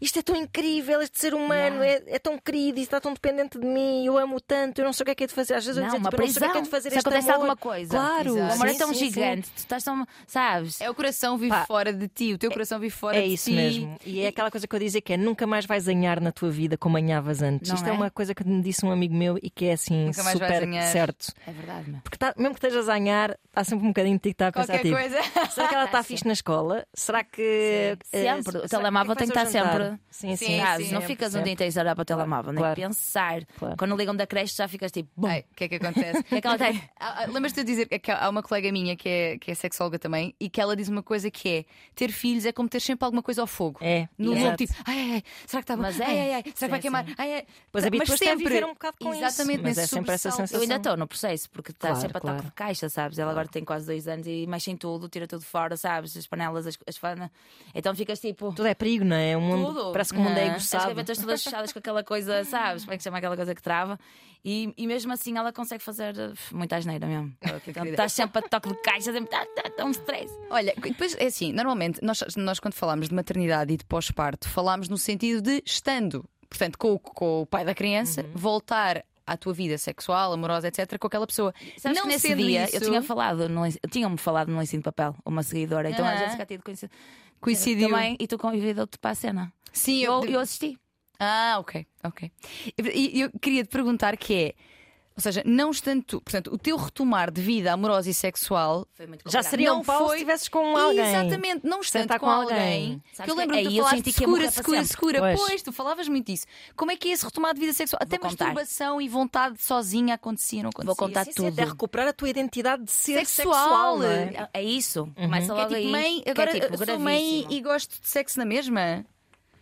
Speaker 1: isto é tão incrível, este ser humano é, é tão querido e está tão dependente de mim, eu amo tanto, eu não sei o que é que é de fazer. Às vezes eu
Speaker 3: Não,
Speaker 1: dizer,
Speaker 3: uma
Speaker 1: tipo, eu não sei o que é que é
Speaker 3: prisão.
Speaker 1: de fazer
Speaker 3: Se
Speaker 1: este
Speaker 3: acontece
Speaker 1: amor.
Speaker 3: alguma coisa.
Speaker 1: Claro,
Speaker 3: O
Speaker 2: Exato.
Speaker 3: amor é
Speaker 1: sim, sim,
Speaker 3: tão
Speaker 1: sim.
Speaker 3: gigante, tu estás tão. Sabes?
Speaker 2: É o coração vive
Speaker 1: Pá.
Speaker 2: fora de ti, o teu coração vive fora
Speaker 1: É
Speaker 2: de
Speaker 1: isso
Speaker 2: ti.
Speaker 1: mesmo. E é aquela coisa que eu dizia que é nunca mais vais anhar na tua vida como anhavas antes.
Speaker 2: Não
Speaker 1: Isto é?
Speaker 2: é?
Speaker 1: uma coisa que me disse um amigo meu e que é assim
Speaker 2: Nunca mais vais
Speaker 1: super
Speaker 2: anhar.
Speaker 1: certo.
Speaker 3: É verdade, meu.
Speaker 1: Porque tá- mesmo que estejas a anhar, há sempre um bocadinho de ti que está a pensar
Speaker 2: Qualquer
Speaker 1: tipo,
Speaker 2: coisa. [LAUGHS]
Speaker 1: Será que ela está fixe na escola? Será que.
Speaker 3: Sim.
Speaker 1: eh,
Speaker 3: Sempre. O
Speaker 1: será que-
Speaker 3: telemóvel
Speaker 1: que é que
Speaker 3: tem que
Speaker 1: vais
Speaker 3: estar
Speaker 1: ao
Speaker 3: sempre.
Speaker 1: jantar? Sim, assim, é, sim.
Speaker 2: Sim,
Speaker 3: Sabes? não
Speaker 2: sempre,
Speaker 3: ficas um dia inteiro a olhar para o telemóvel, nem
Speaker 1: claro.
Speaker 3: pensar.
Speaker 1: Claro.
Speaker 3: Quando ligam da creche, já ficas tipo. Bum.
Speaker 2: Ai, O que é que acontece?
Speaker 3: é que ela tem?
Speaker 2: Ah, ah, Lembras-te de eu dizer que há há uma colega minha que é, que é sexóloga também e que ela diz uma coisa que é ter filhos é como ter sempre alguma coisa ao fogo.
Speaker 1: É,
Speaker 2: No
Speaker 1: exato.
Speaker 2: lobo, tipo, ai, ai, ai, será que está bom?
Speaker 3: Mas é.
Speaker 2: Ai, ai, ai, será
Speaker 3: Sim,
Speaker 2: que vai queimar?
Speaker 3: sim.
Speaker 2: Ai, ai.
Speaker 1: Pois
Speaker 2: Mas
Speaker 1: habituas-te a
Speaker 2: sempre.
Speaker 1: viver um bocado com isso.
Speaker 2: Exatamente,
Speaker 1: Mas
Speaker 2: nesse
Speaker 1: é sempre essa
Speaker 2: sobressalto.
Speaker 1: sensação.
Speaker 3: Eu ainda estou no processo, porque está
Speaker 1: Claro,
Speaker 3: sempre a
Speaker 1: claro.
Speaker 3: toque de caixa, sabes? Ela agora tem quase dois anos e mexe em tudo, tira tudo fora, sabes? As panelas, as, as fanas. Então ficas tipo.
Speaker 1: Tudo é perigo, não é? O mundo,
Speaker 3: Tudo. Ah.
Speaker 1: Parece que o mundo é
Speaker 2: Não.
Speaker 3: As
Speaker 1: engrossado.
Speaker 3: gavetas todas fechadas com aquela coisa, sabes? Como é que chama aquela coisa que trava? E, e mesmo assim ela consegue fazer uh, muita asneira mesmo. Então,
Speaker 2: querida.
Speaker 3: estás sempre a toque de caixa, sempre tá, tá, tá um stress.
Speaker 2: tá. Olha, e depois é assim, normalmente nós, nós quando falamos de maternidade e de pós-parto, falamos no sentido de estando, portanto, com, o- com o pai da criança, voltar à tua vida sexual, amorosa, etc., com aquela pessoa.
Speaker 3: Sabes
Speaker 2: não
Speaker 3: que nesse
Speaker 2: sendo
Speaker 3: dia
Speaker 2: isso,
Speaker 3: eu tinha falado, no, lenço- tinham-me falado no lencinho de papel, uma seguidora, então a
Speaker 2: Aham.
Speaker 3: Jéssica tinha conhecido
Speaker 2: coincidiu.
Speaker 3: também e tu convidou-te para a cena.
Speaker 2: Sim,
Speaker 3: E
Speaker 2: eu,
Speaker 3: eu, eu assisti.
Speaker 2: Ah, ok, ok. E e eu queria te perguntar que é, ou seja, não estando tu, portanto, o teu retomar de vida amorosa e sexual
Speaker 3: Foi muito
Speaker 1: Já
Speaker 3: complicado.
Speaker 1: seria
Speaker 2: Não
Speaker 1: um pau
Speaker 2: foi-
Speaker 1: se estivesses com alguém.
Speaker 2: Exatamente, não estando
Speaker 1: Sentar
Speaker 2: com,
Speaker 1: com
Speaker 2: alguém.
Speaker 1: alguém.
Speaker 3: Sabes
Speaker 2: que é eu
Speaker 3: que
Speaker 2: lembro
Speaker 3: aí
Speaker 2: que tu
Speaker 3: eu
Speaker 2: falaste
Speaker 3: senti que ia
Speaker 2: segura,
Speaker 3: morrer para
Speaker 2: segura,
Speaker 3: sempre.
Speaker 2: segura. Pois.
Speaker 1: Pois.
Speaker 2: tu falavas muito isso. Como é que é esse retomar de vida sexual? Até
Speaker 3: contar.
Speaker 2: masturbação e vontade sozinha acontecia, não acontecia.
Speaker 3: Vou contar
Speaker 1: Sim, sim,
Speaker 3: tudo.
Speaker 1: até Tá É recuperar a tua identidade de ser
Speaker 2: Sexual.
Speaker 1: sexual. não é?
Speaker 3: É- É isso. Começa
Speaker 2: Que é tipo,
Speaker 3: logo aí.
Speaker 2: mãe,
Speaker 3: que é
Speaker 2: agora
Speaker 3: tipo
Speaker 2: eu sou mãe
Speaker 3: gravíssimo.
Speaker 2: e gosto de sexo na mesma.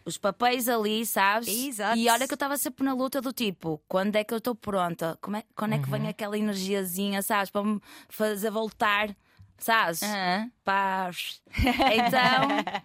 Speaker 3: os papéis ali, sabes?
Speaker 2: Exato.
Speaker 3: E olha que eu estava sempre na luta do tipo, quando é que eu estou pronta? Como é- quando é que vem aquela energiazinha, sabes? Para me fazer voltar, sabes?
Speaker 2: Aham. [LAUGHS]
Speaker 3: Paz. Então.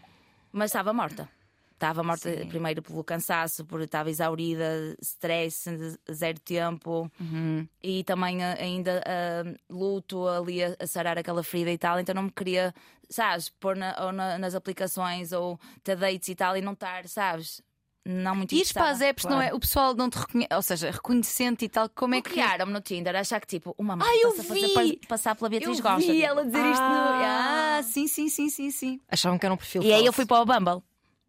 Speaker 3: Mas estava morta. Estava morta primeiro pelo cansaço, porque estava exaurida, stress, zero tempo
Speaker 2: Uhum.
Speaker 3: e também ah, ainda ah, luto ali a, a sarar aquela ferida e tal, então não me queria, sabes, pôr na- ou na- nas aplicações ou ter dates e tal e não estar, sabes, não muito
Speaker 2: E ires para as
Speaker 3: interessada.
Speaker 2: apps, não é? O pessoal não te reconhece, ou seja, reconhecente e tal, como é que.
Speaker 3: Bloquearam-me no Tinder, achar que tipo, uma mãe
Speaker 2: Ah, eu
Speaker 3: está-se a fazer
Speaker 2: vi!
Speaker 3: pa- passar pela
Speaker 2: Eu
Speaker 3: Beatriz
Speaker 2: vi
Speaker 3: Gosta. tipo.
Speaker 2: ela dizer isto no.
Speaker 1: Ah.
Speaker 2: Ah, sim, sim, sim, sim, sim.
Speaker 1: Achavam que era um perfil
Speaker 3: E aí eu
Speaker 1: falso.
Speaker 3: fui para o Bumble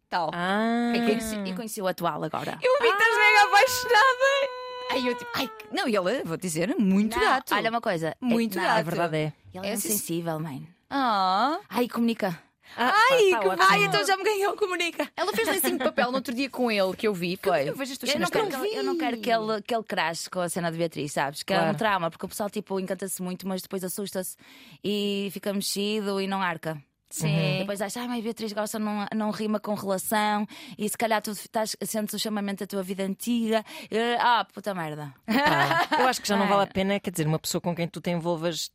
Speaker 2: Tal.
Speaker 1: Ah,
Speaker 3: e, conheci,
Speaker 2: Hum.
Speaker 3: e conheci o atual agora.
Speaker 2: Eu vi, estás mega apaixonada. Ai, eu tipo, ai, que- não, e ela, vou dizer, é muito
Speaker 3: Não,
Speaker 2: gato.
Speaker 3: Ah, Olha uma coisa.
Speaker 2: Muito
Speaker 3: é, não,
Speaker 2: gato.
Speaker 1: a verdade é.
Speaker 3: Ela é,
Speaker 2: É,
Speaker 3: muito
Speaker 2: sim, sim.
Speaker 3: sensível, mãe.
Speaker 2: Ah.
Speaker 3: Ai, comunica.
Speaker 1: Ah,
Speaker 2: Ai,
Speaker 1: pá, tá
Speaker 2: que
Speaker 1: ótimo.
Speaker 2: vai, então já me ganhou, comunica. Ela fez lencinho de papel no outro dia com ele, que eu vi. Foi. Eu vejo as tuas
Speaker 3: Eu não,
Speaker 2: cenas
Speaker 3: quero que
Speaker 2: todas.
Speaker 3: ele, eu não quero que ele, que ele crash com a cena de Beatriz, sabes? Que é um
Speaker 1: Claro.
Speaker 3: trauma, porque o pessoal tipo encanta-se muito, mas depois assusta-se e fica mexido e não arca. Sim. Depois acha, ai, mas Beatriz gosta, não, não rima com relação, e se calhar tu estás, sentes o chamamento da tua vida antiga. Eh, Ah, puta merda.
Speaker 2: Uhum.
Speaker 1: Pá, Tá. Eu acho que já não
Speaker 2: [LAUGHS]
Speaker 3: Ah.
Speaker 1: vale a pena, quer dizer, uma pessoa com quem tu te envolvas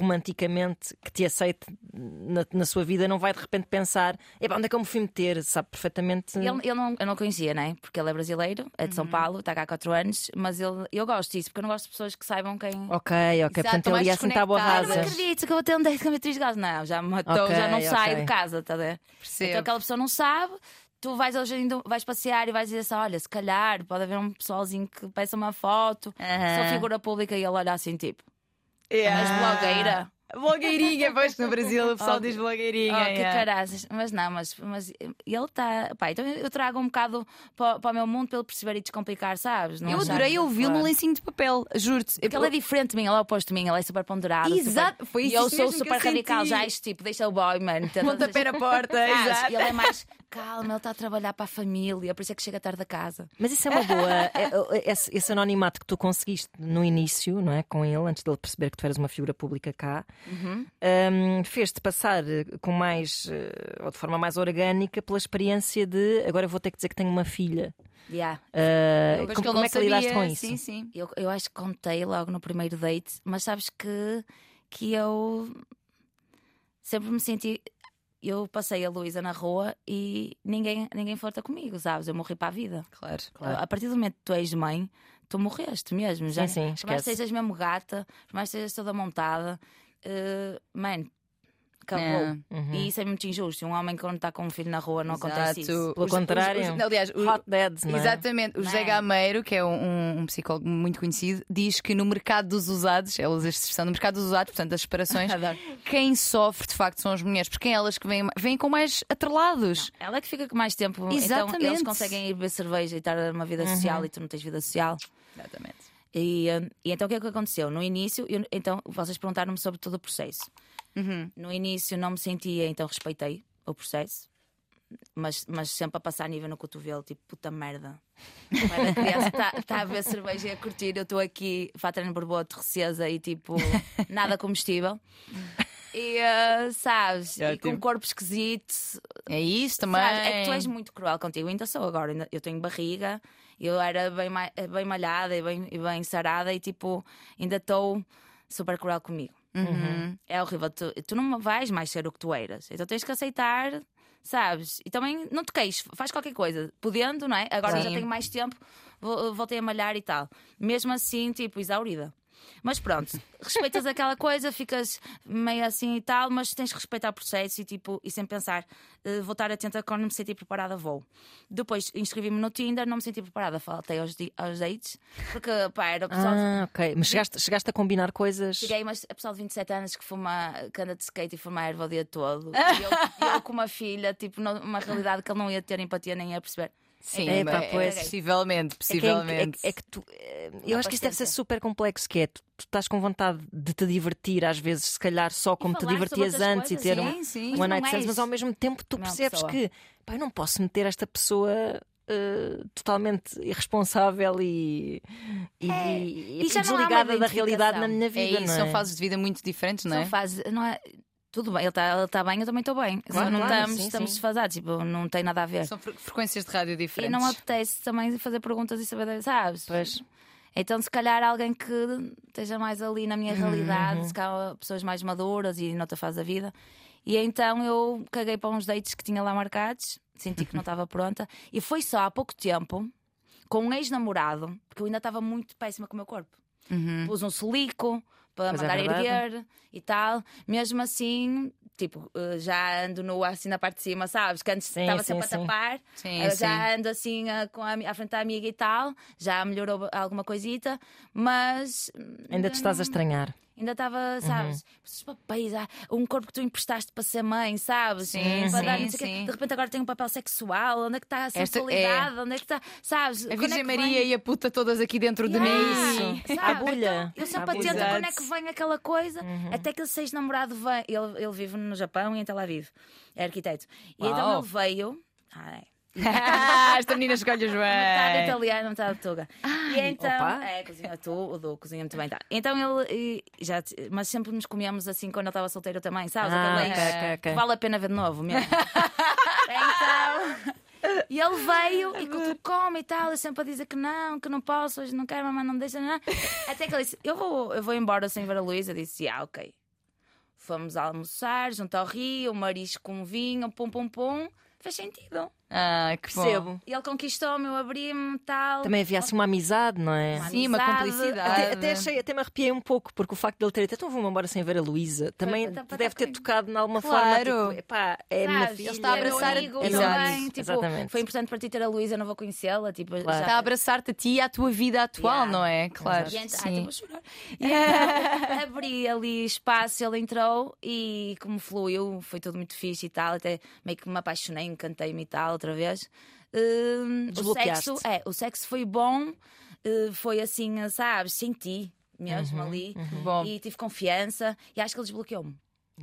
Speaker 1: romanticamente, que te aceite na, na sua vida, não vai de repente pensar, epá, onde é que eu me fui meter? Sabe perfeitamente.
Speaker 3: Ele, ele não, eu não conhecia, né? Porque ele é brasileiro, é de São
Speaker 2: Uhum.
Speaker 3: Paulo, está cá há 4 anos, mas ele, eu gosto disso, porque eu não gosto de pessoas que saibam quem.
Speaker 1: Ok, ok, portanto
Speaker 2: tá mais
Speaker 1: ele ia assim está boa
Speaker 2: desconectado.
Speaker 3: Não
Speaker 1: rasa.
Speaker 3: acredito que eu vou ter um date com a Beatriz Gosta. Não, já me matou,
Speaker 1: Ok,
Speaker 3: já não saio
Speaker 1: ok.
Speaker 3: de casa, está a ver?
Speaker 2: Percebo.
Speaker 3: Então aquela pessoa não sabe, tu vais hoje ainda vais passear e vais dizer assim: olha, se calhar pode haver um pessoalzinho que peça uma foto,
Speaker 2: Aham.
Speaker 3: sou figura pública e ele olha assim, tipo,
Speaker 2: Ah. Yeah.
Speaker 3: és blogueira.
Speaker 2: Blogueirinha, pois que no Brasil o pessoal diz blogueirinha.
Speaker 3: Oh, que
Speaker 2: yeah.
Speaker 3: caraças. Mas não, mas, mas ele está. Pá, então eu trago um bocado para, para o meu mundo para ele perceber e descomplicar, sabes? Não
Speaker 2: Eu
Speaker 3: achar-
Speaker 2: adorei ouvi-lo no
Speaker 3: Claro.
Speaker 2: lencinho de papel, juro-te.
Speaker 3: Porque ela é diferente de mim, ela é oposto de mim, ela é super ponderada.
Speaker 2: Exato,
Speaker 3: super-
Speaker 2: foi isso
Speaker 3: E eu
Speaker 2: mesmo
Speaker 3: sou
Speaker 2: que eu
Speaker 3: super radical,
Speaker 2: senti.
Speaker 3: já este tipo, deixa o boy, mano. Tenta-
Speaker 2: Pontapé na porta,
Speaker 3: Sabes?
Speaker 2: [LAUGHS] exato.
Speaker 3: E ele é mais calmo, ele está a trabalhar para a família, por isso é que chega tarde a casa.
Speaker 1: Mas isso é uma boa. é- é- Esse, esse anonimato que tu conseguiste no início, não é? Com ele, antes dele perceber que tu eras uma figura pública cá,
Speaker 2: Uhum.
Speaker 1: hum, fez-te passar eh, com mais. eh, ou de forma mais orgânica pela experiência de agora eu vou ter que dizer que tenho uma filha.
Speaker 3: Yeah.
Speaker 1: Eh,
Speaker 2: Mas
Speaker 1: como
Speaker 2: que ele
Speaker 1: como
Speaker 2: não
Speaker 1: é que lidaste
Speaker 2: sabia.
Speaker 1: com isso?
Speaker 2: Sim, sim.
Speaker 3: Eu, eu acho que contei logo no primeiro date, mas sabes que, que eu sempre me senti. Eu passei a Luísa na rua e ninguém, ninguém flerta comigo, sabes? Eu morri para a vida.
Speaker 2: Claro.
Speaker 3: A partir do momento que tu és mãe, tu morreste mesmo. já,
Speaker 1: sim,
Speaker 3: Por mais que
Speaker 1: esquece.
Speaker 3: sejas mesmo gata, por mais que sejas toda montada, eh, mano, acabou.
Speaker 2: Não.
Speaker 3: E isso é muito injusto. Um homem quando está com um filho na rua não acontece isso.
Speaker 1: Pelo
Speaker 2: Os- os-
Speaker 1: contrário.
Speaker 2: os- aliás, o-
Speaker 1: Hot Dads, não é?
Speaker 2: Exatamente. O José
Speaker 3: Não.
Speaker 2: Gameiro, que é um- um, um psicólogo muito conhecido, diz que no mercado dos usados, elas estão no mercado dos usados, portanto, das separações,
Speaker 3: [LAUGHS]
Speaker 2: quem sofre de facto são as mulheres, porque é elas que vêm, vêm com mais atrelados.
Speaker 3: Ela é que fica com mais tempo.
Speaker 2: Exatamente.
Speaker 3: Então eles conseguem ir beber cerveja e estar numa vida social e tu não tens vida social.
Speaker 2: Exatamente.
Speaker 3: E, eh, e então o que é que aconteceu? No início, eu- então vocês perguntaram-me sobre todo o processo. No início não me sentia, então respeitei o processo, mas, mas sempre a passar nível no cotovelo, tipo puta merda. Quando a criança está a ver cerveja e a curtir, eu estou aqui, fatura no borboto, recesa e tipo, nada comestível. E eh, sabes, e com um corpo esquisito,
Speaker 2: É isso também.
Speaker 3: Sabes, é que tu és muito cruel contigo, ainda sou agora. ainda- eu tenho barriga, eu era bem, ma- bem malhada e bem, e bem sarada e tipo, ainda estou super cruel comigo.
Speaker 2: Uhum.
Speaker 3: É horrível. Tu, tu não vais mais ser o que tu eras. Então tens que aceitar, sabes? E também não te queixes, faz qualquer coisa. Podendo, não é? Agora já
Speaker 2: Sim.
Speaker 3: tenho mais tempo, vou- voltei a malhar e tal. Mesmo assim, tipo, exaurida. Mas pronto, respeitas aquela coisa, ficas meio assim e tal, mas tens que respeitar o processo e tipo, e sem pensar, eh, vou estar atenta quando me sentir preparada, vou. Depois inscrevi-me no Tinder, não me senti preparada, faltei aos, di- aos dates, porque pá, era o pessoal.
Speaker 1: Ah, ok. Mas chegaste, chegaste a combinar coisas.
Speaker 3: Cheguei, mas a pessoa de 27 anos que, fuma, que anda de skate e fuma erva o dia todo.
Speaker 1: Ah.
Speaker 3: E eu, e eu com uma filha, tipo, numa realidade que ele não ia ter empatia nem ia perceber.
Speaker 2: Sim,
Speaker 1: É, pá,
Speaker 2: mas é-
Speaker 1: pois.
Speaker 2: possivelmente,
Speaker 1: É que, é, é
Speaker 2: possivelmente.
Speaker 1: que- é que tu. é, Eu acho que isso deve ser
Speaker 3: paciência.
Speaker 1: super complexo, que é tu, tu estás com vontade de te divertir, às vezes, se calhar, só como te
Speaker 3: falar sobre
Speaker 1: divertias
Speaker 3: outras
Speaker 1: antes
Speaker 3: coisas,
Speaker 1: e ter
Speaker 3: sim,
Speaker 1: um,
Speaker 2: sim.
Speaker 1: um
Speaker 3: Mas
Speaker 1: one night
Speaker 3: não é
Speaker 1: stands,
Speaker 3: és
Speaker 1: mas ao mesmo tempo tu
Speaker 3: uma
Speaker 1: percebes
Speaker 3: pessoa.
Speaker 1: que pá, eu não posso meter esta pessoa eh, totalmente irresponsável e, e, e-
Speaker 3: e já não há uma
Speaker 1: desligada da realidade na
Speaker 3: identificação.
Speaker 1: minha
Speaker 2: É
Speaker 1: vida.
Speaker 2: isso,
Speaker 1: não
Speaker 2: são
Speaker 1: é?
Speaker 2: fases de vida muito diferentes, não é?
Speaker 1: né?
Speaker 3: Só faz, não é? Tudo bem, ele está ele tá bem, eu também estou bem.
Speaker 1: Claro,
Speaker 3: Só não
Speaker 1: claro,
Speaker 3: estamos,
Speaker 1: sim,
Speaker 3: estamos
Speaker 1: sim.
Speaker 3: desfasados, tipo, não tem nada a ver.
Speaker 2: São fre- frequências de rádio
Speaker 3: E
Speaker 2: diferentes.
Speaker 3: não apetece também fazer perguntas e saber, sabes?
Speaker 1: Pois.
Speaker 3: Então, se calhar, alguém que esteja mais ali na minha
Speaker 1: Uhum.
Speaker 3: realidade, se calhar pessoas mais maduras e noutra fase da vida. E então eu caguei para uns dates que tinha lá marcados, senti que
Speaker 1: [LAUGHS]
Speaker 3: não estava pronta. E foi só há pouco tempo, com um ex-namorado, porque eu ainda estava muito péssima com o meu corpo. Pus um silico para
Speaker 1: Uhum. Pois é
Speaker 3: mandar
Speaker 1: verdade.
Speaker 3: erguer e tal. Mesmo assim, tipo, eh, já ando nua assim na parte de cima, sabes? Que antes
Speaker 1: Sim,
Speaker 3: estava
Speaker 1: sim,
Speaker 3: sempre
Speaker 1: sim.
Speaker 3: a tapar.
Speaker 2: Sim,
Speaker 3: Eu
Speaker 2: sim.
Speaker 3: Já ando assim ah, com a, ami- à frente da amiga e tal, já melhorou alguma coisita, mas hum,
Speaker 1: Ainda te estás a estranhar.
Speaker 3: ainda
Speaker 2: Uhum.
Speaker 3: estava, sabes, os papéis, ah, um corpo que tu emprestaste para ser mãe, sabes?
Speaker 2: Sim,
Speaker 3: para
Speaker 2: sim,
Speaker 3: dar, não sei o quê.
Speaker 2: sim.
Speaker 3: De repente agora tem um papel sexual, onde é que está a
Speaker 2: Esta- é.
Speaker 3: sensualidade? Onde é que está, sabes?
Speaker 2: A
Speaker 3: Quando é
Speaker 2: Virgem
Speaker 3: que
Speaker 2: Maria
Speaker 3: vem?
Speaker 2: e a puta todas aqui dentro de mim.
Speaker 3: [LAUGHS] Yeah,
Speaker 1: Isso.
Speaker 3: sabe?
Speaker 1: A bolha.
Speaker 3: Eu
Speaker 1: A
Speaker 3: sempre
Speaker 1: bolha.
Speaker 3: atento a quando é que
Speaker 2: Exato.
Speaker 3: vem aquela coisa,
Speaker 2: Uhum.
Speaker 3: até que ele seja namorado vem. Ele, ele vive no Japão e em Tel Aviv, é arquiteto. E então
Speaker 2: Uau.
Speaker 3: ele veio. Ai,
Speaker 2: Ah, Esta menina escolhe
Speaker 3: metade é
Speaker 2: bem.
Speaker 3: italiana, metade tuga. E então,
Speaker 1: É. opa.
Speaker 3: é, cozinha tudo, cozinha muito bem. Tá. Então ele, e já, te- mas sempre nos comíamos assim quando eu estava solteiro também, sabes?
Speaker 1: Ah,
Speaker 3: Aquele
Speaker 1: ok,
Speaker 3: ex
Speaker 1: ok, ok.
Speaker 3: que Vale a pena ver de
Speaker 1: [LAUGHS]
Speaker 3: novo mesmo. então. E ele veio
Speaker 1: É
Speaker 3: e que come e tal, eu sempre a dizer que não, que não posso, hoje não quero, mamãe não me deixa, não. Até que ele disse: Eu vou, eu vou embora sem ver a Luísa. Eu disse: Ah, ok. Fomos almoçar junto ao rio, marisco com vinho, pum pum pum. Fez sentido.
Speaker 2: Ah, que bom.
Speaker 1: Percebo.
Speaker 3: E ele conquistou-me, eu abri-me tal.
Speaker 1: Também havia assim uma amizade, não é?
Speaker 2: Sim, uma
Speaker 3: Amizade.
Speaker 2: cumplicidade.
Speaker 1: Até, até achei, até me arrepiei um pouco, porque o facto de ele ter dito, então vou-me embora sem ver a Luísa, também
Speaker 3: tá- tá-
Speaker 1: deve
Speaker 3: tá
Speaker 1: ter
Speaker 3: bem.
Speaker 1: tocado de alguma
Speaker 2: Claro.
Speaker 1: forma. Tipo, epá, é a minha
Speaker 3: Sabes,
Speaker 1: filha.
Speaker 3: ele está a abraçar
Speaker 1: é
Speaker 3: amigo,
Speaker 1: meu
Speaker 2: Exato.
Speaker 3: também, tipo,
Speaker 1: Exatamente.
Speaker 3: Foi importante para ti ter a Luísa, não vou conhecê-la. Tipo,
Speaker 1: Claro.
Speaker 3: já-
Speaker 2: Está Tá a abraçar-te a ti e à tua vida atual,
Speaker 3: Yeah.
Speaker 2: não é? Claro.
Speaker 3: E ent- Ai,
Speaker 2: Sim.
Speaker 3: estou a [LAUGHS] chorar. E então, [LAUGHS] abri ali espaço, ele entrou e como fluiu, foi tudo muito fixe e tal. Até meio que me apaixonei, encantei-me e tal outra vez. Hum, o
Speaker 1: Desbloqueaste.
Speaker 3: sexo, é, o sexo foi bom, eh, foi assim, sabes, senti mesmo
Speaker 1: Uhum.
Speaker 3: ali.
Speaker 2: Bom.
Speaker 3: E tive confiança e acho que ele desbloqueou-me.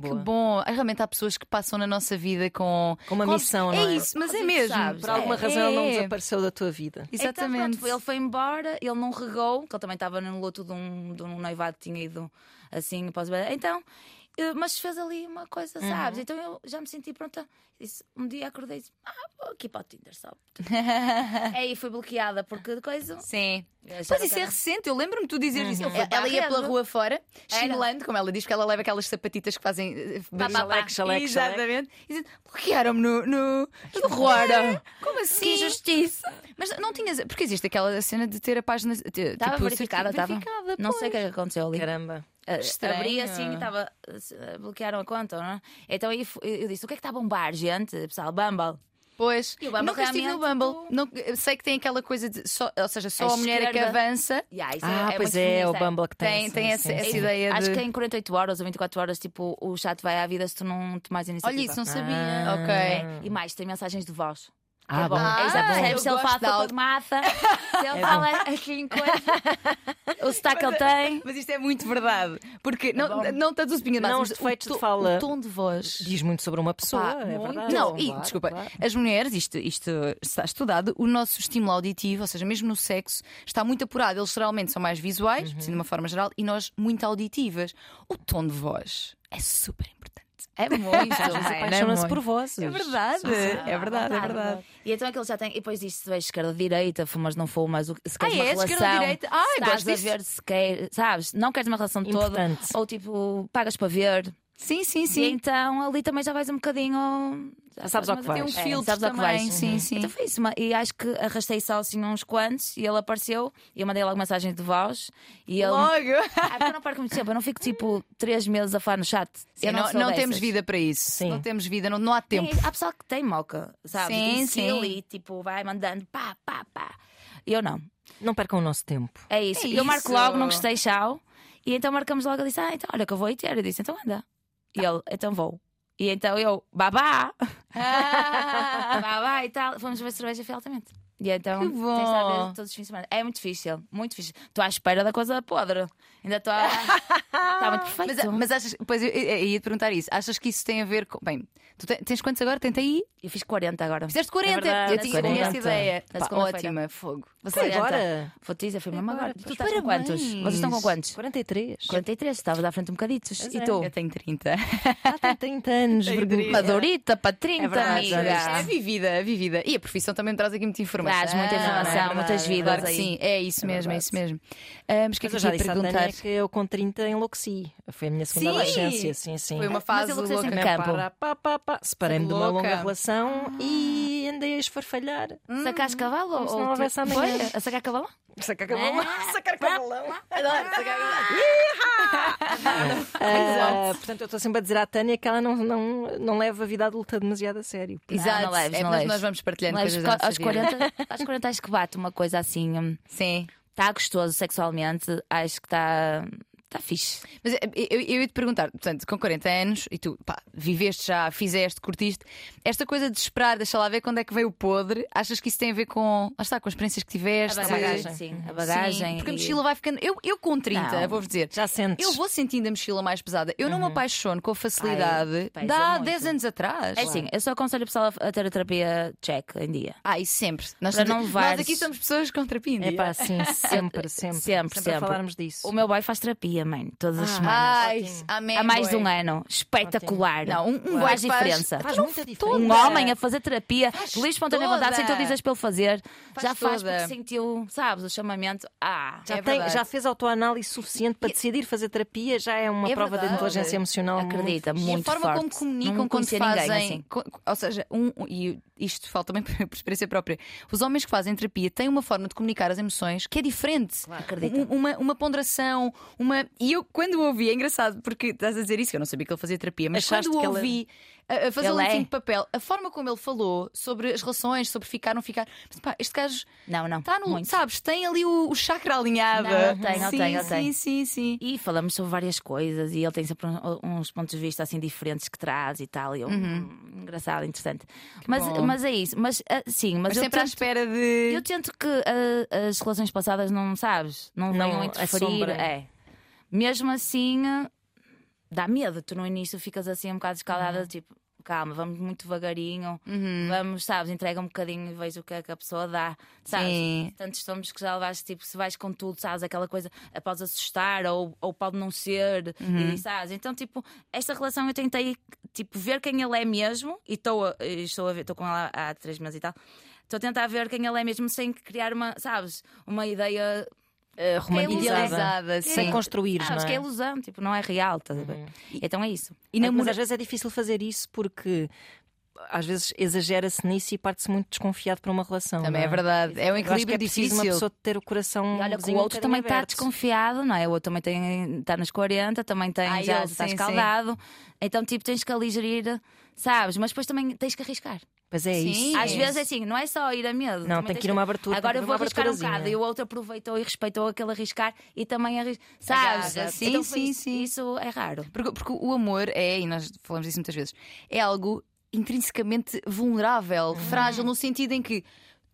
Speaker 2: Que
Speaker 1: Boa.
Speaker 2: bom. Ah, Realmente há pessoas que passam na nossa vida com.
Speaker 1: Com uma missão,
Speaker 2: é
Speaker 1: não é?
Speaker 2: isso, mas
Speaker 3: Mas
Speaker 2: é
Speaker 3: tu
Speaker 2: mesmo.
Speaker 3: sabes,
Speaker 1: Por alguma
Speaker 3: É.
Speaker 1: razão ele não
Speaker 2: É.
Speaker 1: desapareceu da tua vida.
Speaker 3: Então,
Speaker 2: Exatamente.
Speaker 3: pronto, foi- ele foi embora, ele não regou, que ele também estava no luto de um, de um noivado que tinha ido assim para os bebés. Então, eh, mas fez ali uma coisa,
Speaker 2: Uhum.
Speaker 3: sabes? Então eu já me senti pronta. Disse, um dia acordei e disse: Ah, vou aqui para o
Speaker 2: [LAUGHS]
Speaker 3: Tinder só. Aí fui bloqueada porque de coisa.
Speaker 2: Sim.
Speaker 3: Eu já
Speaker 2: Mas
Speaker 3: não
Speaker 2: isso é
Speaker 3: quero-
Speaker 2: recente, eu lembro-me de tu dizeres isso.
Speaker 3: Foi para
Speaker 2: Ela
Speaker 3: a
Speaker 2: ia pela
Speaker 3: rede.
Speaker 2: rua fora,
Speaker 3: Era.
Speaker 2: chinelando, como ela diz, que ela leva aquelas sapatitas que fazem. eh,
Speaker 3: pá, pá.
Speaker 2: xaleque,
Speaker 1: Exatamente.
Speaker 2: xaleque, Exatamente. E dizendo, bloquearam-me no. no... no Ruara. Como assim?
Speaker 3: Que injustiça!
Speaker 2: Mas não tinhas. Porque existe aquela cena de ter a página. eh, tipo, Estava
Speaker 3: Estava verificada, estava. Não sei o que é que aconteceu ali.
Speaker 1: Caramba.
Speaker 3: eh,
Speaker 2: Estranho.
Speaker 3: abri assim e estava. eh, Bloquearam a conta, não é? Então aí fu- eu disse: o que é que está a bombar, gente? Pessoal, Bumble.
Speaker 2: Pois,
Speaker 3: E o Bumble
Speaker 2: nunca estive no
Speaker 3: realmente,
Speaker 2: Bumble. Não, eu sei que tem aquela coisa de. Só, ou seja, só
Speaker 3: A
Speaker 2: a mulher é que
Speaker 3: esquerda.
Speaker 2: avança.
Speaker 3: Yeah, isso
Speaker 1: Ah,
Speaker 3: é,
Speaker 1: pois
Speaker 3: muito
Speaker 1: é, o
Speaker 3: feminista.
Speaker 1: Bumble que tem.
Speaker 2: Tem, tem
Speaker 1: sim,
Speaker 2: essa,
Speaker 1: sim,
Speaker 2: essa
Speaker 1: sim.
Speaker 2: ideia
Speaker 3: Acho
Speaker 2: de.
Speaker 3: que é em 48 horas ou 24 horas, tipo, o chat vai à vida se tu não tomares iniciativa. É.
Speaker 2: Olha, isso não sabia.
Speaker 1: Ah.
Speaker 2: Ok.
Speaker 3: E mais, tem mensagens de voz.
Speaker 1: Ah,
Speaker 3: é bom.
Speaker 1: bom.
Speaker 2: Ah,
Speaker 3: é exato, percebe
Speaker 2: eu
Speaker 3: se ele
Speaker 2: gosto
Speaker 3: fala
Speaker 2: da
Speaker 3: com a
Speaker 2: audi-
Speaker 3: mata, se ele fala assim coisa. [LAUGHS] O sotaque que ele tem.
Speaker 2: Mas isto é muito verdade. Porque não,
Speaker 3: É bom.
Speaker 2: não tanto os pingas
Speaker 1: Não, os
Speaker 2: mas o
Speaker 1: defeitos de
Speaker 2: to-
Speaker 1: fala-
Speaker 2: O tom de voz.
Speaker 1: Diz muito sobre uma pessoa,
Speaker 2: Pá,
Speaker 1: é
Speaker 2: muito.
Speaker 1: verdade.
Speaker 2: Não, e
Speaker 1: Claro,
Speaker 2: desculpa,
Speaker 1: claro.
Speaker 2: as mulheres, isto, isto está estudado, o nosso estímulo auditivo, ou seja, mesmo no sexo, está muito apurado. Eles geralmente são mais
Speaker 1: Uhum.
Speaker 2: visuais, assim, de uma forma geral, e nós muito auditivas. O tom de voz é super importante.
Speaker 3: É muito.
Speaker 1: Apaixonam-se por vozes.
Speaker 2: É verdade,
Speaker 3: Ah,
Speaker 2: é verdade, é verdade.
Speaker 3: E então aquele já tem. E depois diz se tu és esquerda direita, fumas, não fumas, o que- se queres
Speaker 2: Ah,
Speaker 3: uma
Speaker 2: é?
Speaker 3: relação.
Speaker 2: Esquerda, direita? Ah,
Speaker 3: se
Speaker 2: gosto
Speaker 3: estás a
Speaker 2: disso.
Speaker 3: ver se quer, sabes? Não queres uma relação
Speaker 1: Importante.
Speaker 3: toda. Ou tipo, pagas para ver.
Speaker 2: Sim, sim,
Speaker 3: E
Speaker 2: sim.
Speaker 3: então ali também já vais um bocadinho. Já
Speaker 1: Sabes ao que
Speaker 3: mas
Speaker 2: Tem um
Speaker 1: vais.
Speaker 3: é,
Speaker 2: filtro
Speaker 3: sabes ao que
Speaker 2: também.
Speaker 3: vais.
Speaker 2: Sim, sim.
Speaker 3: Então foi isso, ma- e acho que arrastei só assim uns quantos e ele apareceu e eu mandei logo mensagem de voz e
Speaker 2: é um
Speaker 3: ele.
Speaker 2: Logo.
Speaker 3: [LAUGHS] Ah, porque eu não perco muito tempo, eu não fico tipo três meses a falar no chat.
Speaker 2: Sim,
Speaker 3: eu não,
Speaker 2: não,
Speaker 3: sou
Speaker 2: não
Speaker 3: dessas.
Speaker 2: temos vida para isso.
Speaker 1: Sim.
Speaker 2: Não temos vida, não, não há
Speaker 3: Tem-
Speaker 2: tempo.
Speaker 3: É, há pessoal que tem moca, sabe?
Speaker 2: Sim,
Speaker 3: Tem skill
Speaker 2: sim.
Speaker 3: E tipo, vai mandando pá, pá, pá. Eu não.
Speaker 1: Não percam o nosso tempo.
Speaker 3: É isso.
Speaker 2: É
Speaker 3: eu marco
Speaker 2: isso.
Speaker 3: logo, não gostei, tchau. E então marcamos logo. Ele disse, ah, então olha que eu vou ir ter. Eu disse, então anda. E
Speaker 2: Tá.
Speaker 3: ele, então vou. E então eu, babá,
Speaker 2: [LAUGHS] Ah,
Speaker 3: babá e tal. Fomos ver cerveja foi altamente. E então,
Speaker 2: Que bom.
Speaker 3: tens de estar a ver todos os fins de semana. É muito difícil, muito difícil. Estou à espera da coisa podre. Ainda
Speaker 2: [LAUGHS]
Speaker 3: estou a. Está muito
Speaker 2: [LAUGHS] mas, é,
Speaker 3: perfeito.
Speaker 2: mas achas. Pois eu, eu- eu ia te perguntar isso. Achas que isso tem a ver com. Bem, tu te- tens quantos agora? Tenta aí.
Speaker 3: Eu fiz 40 agora.
Speaker 2: Fizeste 40.
Speaker 3: É
Speaker 1: verdade,
Speaker 2: eu tinha
Speaker 1: 40.
Speaker 2: essa ideia.
Speaker 3: Na
Speaker 2: Pá,
Speaker 3: segunda-feira.
Speaker 2: ótima, fogo.
Speaker 3: é Você
Speaker 1: Foi agora?
Speaker 3: Vou te dizer, foi mesmo agora.
Speaker 1: Agora,
Speaker 3: Tu estás com quantos?
Speaker 2: parabéns.
Speaker 3: Vocês estão com quantos?
Speaker 1: 43.
Speaker 3: 43, estavas à frente um bocaditos.
Speaker 1: Pois
Speaker 3: E
Speaker 1: é.
Speaker 3: tu?
Speaker 2: Eu tenho 30.
Speaker 1: Ah, tem 30 [LAUGHS] anos,
Speaker 2: Tem
Speaker 1: vergonha.
Speaker 3: Uma dorita para 30,
Speaker 1: verdade,
Speaker 3: amiga.
Speaker 2: É vivida, é vivida. E a profissão também traz aqui muita informação.
Speaker 3: Traz muita informação,
Speaker 2: não é?
Speaker 3: muitas vidas
Speaker 2: Claro que
Speaker 3: aí.
Speaker 2: sim, é isso mesmo, é isso mesmo. Ah, mas o que
Speaker 1: Mas eu
Speaker 2: é que eu
Speaker 1: já
Speaker 2: te ia
Speaker 1: disse à Tânia
Speaker 2: perguntar?
Speaker 1: que eu com 30 enlouqueci. Foi a minha segunda
Speaker 2: Sim!
Speaker 1: adolescência, sim, sim.
Speaker 2: Foi uma
Speaker 3: Mas
Speaker 2: fase
Speaker 3: ele cresceu
Speaker 2: louca.
Speaker 3: em
Speaker 1: Também
Speaker 3: campo.
Speaker 1: para, pá, pá, pá. Separei-me de uma
Speaker 2: Louca.
Speaker 1: longa relação e andei a esfarfalhar.
Speaker 3: Hum, Sacaste cavalo?
Speaker 1: hum, Como se
Speaker 3: ou
Speaker 1: não
Speaker 3: tu-
Speaker 1: houvesse amanhã.
Speaker 3: Foi? A sacar cavalo?
Speaker 1: Sacar cabalão. Sacar cabalão. Ah, portanto, eu estou sempre a dizer à Tânia que ela não, não, não leva a vida adulta demasiado a sério.
Speaker 2: Exato,
Speaker 3: não leves,
Speaker 2: é,
Speaker 3: não
Speaker 2: mas
Speaker 3: leves.
Speaker 2: nós vamos partilhando
Speaker 3: Mas
Speaker 2: coisas da nossa
Speaker 3: aos
Speaker 2: vida.
Speaker 3: 40, aos 40 acho que bate uma coisa assim.
Speaker 2: Sim.
Speaker 3: Está gostoso sexualmente, acho que está. Está fixe.
Speaker 2: Mas eh, eu, eu ia te perguntar, portanto, com 40 anos e tu pá, viveste já, fizeste, curtiste, esta coisa de esperar, deixa lá ver quando é que veio o podre, achas que isso tem a ver com, lá está, com as experiências que tiveste?
Speaker 1: A
Speaker 2: Sim.
Speaker 1: bagagem.
Speaker 3: Sim, a
Speaker 2: Sim,
Speaker 3: bagagem.
Speaker 2: porque a
Speaker 3: e-
Speaker 2: mochila vai ficando. Eu, eu com 30,
Speaker 3: Não. Uhum.
Speaker 2: vou-vos dizer.
Speaker 1: Já sentes.
Speaker 2: Eu vou sentindo a mochila mais pesada. Eu não me apaixono com a facilidade
Speaker 3: pesa
Speaker 2: de há
Speaker 3: muito.
Speaker 2: 10 anos atrás.
Speaker 3: É assim, eu só aconselho o pessoal a- a ter a terapia check em dia.
Speaker 2: Ah, e sempre. Nós,
Speaker 3: Para
Speaker 2: estamos-
Speaker 3: não levares-
Speaker 2: nós aqui somos pessoas contra pinda.
Speaker 1: É pá, [LAUGHS] sim, sempre, sempre.
Speaker 3: Sempre,
Speaker 1: a
Speaker 3: sempre.
Speaker 1: falarmos disso.
Speaker 3: O meu pai faz terapia, mãe, todas
Speaker 1: Ah.
Speaker 3: as semanas.
Speaker 2: Ai, amém.
Speaker 3: Há mais de um
Speaker 2: boy.
Speaker 3: ano. Espetacular.
Speaker 2: Ah, é. Não, um- um
Speaker 3: Faz
Speaker 2: boy faz-
Speaker 3: diferença.
Speaker 1: Faz muita diferença.
Speaker 3: Um homem a fazer terapia,
Speaker 2: Faz
Speaker 3: livre espontânea
Speaker 2: toda.
Speaker 3: vontade, sem tu dizes para ele fazer,
Speaker 2: Faz
Speaker 3: já faz
Speaker 2: toda.
Speaker 3: porque sentiu, sabes, o chamamento. Ah,
Speaker 1: Já,
Speaker 2: É
Speaker 1: tem-
Speaker 2: verdade.
Speaker 1: já fez autoanálise suficiente para decidir fazer terapia, já é uma
Speaker 2: É
Speaker 1: prova de
Speaker 2: verdade.
Speaker 1: inteligência emocional. muito-
Speaker 3: acredita,
Speaker 2: E
Speaker 3: muito
Speaker 2: a forma
Speaker 3: forte.
Speaker 2: como
Speaker 3: Não
Speaker 2: comunicam quando
Speaker 3: conhecia
Speaker 2: fazem.
Speaker 3: ninguém assim.
Speaker 2: co- co- Ou seja, um, um- e isto fala também [LAUGHS] por experiência própria. Os homens que fazem terapia têm uma forma de comunicar as emoções que é diferente.
Speaker 3: acredito.
Speaker 2: Um- uma, uma ponderação, uma. E eu, quando o ouvi, é engraçado, porque estás a dizer isso, que eu não sabia que ele fazia terapia, mas
Speaker 1: Achaste
Speaker 2: quando
Speaker 1: que
Speaker 2: o
Speaker 1: ele-
Speaker 2: ouvi a, a fazer
Speaker 3: Ele
Speaker 2: um
Speaker 3: é.
Speaker 2: de papel, a forma como ele falou sobre as relações, sobre ficar, não ficar. Mas, pá, este gajo.
Speaker 3: Não, não.
Speaker 2: Está no,
Speaker 3: muito.
Speaker 2: sabes, tem ali o, o chakra alinhado.
Speaker 3: Não, ele tem, ele
Speaker 2: sim,
Speaker 3: tem, ele
Speaker 2: sim,
Speaker 3: tem.
Speaker 2: sim, sim.
Speaker 3: E falamos sobre várias coisas e ele tem sempre um- uns pontos de vista assim diferentes que traz e tal. E eu, hum, engraçado, interessante. Mas,
Speaker 2: Uhum. bom.
Speaker 3: mas é isso. Mas ah, sim, mas,
Speaker 2: Mas
Speaker 3: eu
Speaker 2: sempre à
Speaker 3: tento-
Speaker 2: espera de.
Speaker 3: Eu tento que ah, as relações passadas não sabes, não,
Speaker 1: Não
Speaker 3: venham interferir.
Speaker 1: assombrem.
Speaker 3: É. Mesmo assim, ah, dá medo. Tu no início ficas assim um bocado escaldada, tipo, calma, vamos muito devagarinho, vamos, sabes, entrega um bocadinho e vejo o que é que a pessoa dá, sabes?
Speaker 2: Sim.
Speaker 3: Tantos estômagos que já levaste, tipo, se vais com tudo, sabes, aquela coisa eh, pode assustar ou, ou pode não ser, e, sabes? Então, tipo, esta relação eu tentei, tipo, ver quem ele é mesmo, e estou a, e estou a ver, estou com ela há três meses e tal, estou a tentar ver quem ele é mesmo sem criar uma, sabes, uma ideia. É
Speaker 1: eh, romantizada.
Speaker 2: Idealizada,
Speaker 1: Sem
Speaker 2: sim.
Speaker 1: construir,
Speaker 3: Sabes,
Speaker 1: É não
Speaker 3: que é
Speaker 1: é?
Speaker 3: ilusão, Uhum. tipo, não é real, estás a ver? Então é isso.
Speaker 1: E na mas às vezes é difícil fazer isso porque às vezes exagera-se nisso e parte-se muito desconfiado para uma relação.
Speaker 2: Também
Speaker 1: não
Speaker 2: é verdade. É
Speaker 1: Eu
Speaker 2: um
Speaker 1: acho que
Speaker 2: equilíbrio
Speaker 1: é preciso uma
Speaker 2: difícil.
Speaker 1: pessoa ter o coração.
Speaker 3: E olha que o
Speaker 1: cozinha um
Speaker 3: outro
Speaker 1: bocadinho
Speaker 3: também tá está
Speaker 1: aberto.
Speaker 3: desconfiado, não é? O outro também tem, está nos 40, também tem,
Speaker 2: Ah,
Speaker 3: já
Speaker 2: ele,
Speaker 3: está
Speaker 2: sim,
Speaker 3: escaldado. Então, tipo, tens que ali gerir, sabes? Mas depois também tens que arriscar.
Speaker 1: Pois é
Speaker 2: Sim.
Speaker 1: isso.
Speaker 3: Às
Speaker 2: Sim.
Speaker 3: vezes é assim, não é só ir a medo.
Speaker 1: Não,
Speaker 3: também
Speaker 1: tem
Speaker 3: tens
Speaker 1: que ir uma abertura.
Speaker 3: Agora
Speaker 1: tem
Speaker 3: eu
Speaker 1: que
Speaker 3: vou
Speaker 1: haver uma
Speaker 3: arriscar um
Speaker 1: aberturazinha.
Speaker 3: bocado e o outro aproveitou e respeitou aquele arriscar e também arrisca. Sabes?
Speaker 2: Exato. Sim,
Speaker 3: Então, foi
Speaker 2: sim,
Speaker 3: isso-
Speaker 2: sim.
Speaker 3: Isso é raro.
Speaker 2: Porque, porque o amor é, e nós falamos disso muitas vezes, é algo intrinsecamente vulnerável, frágil, no sentido em que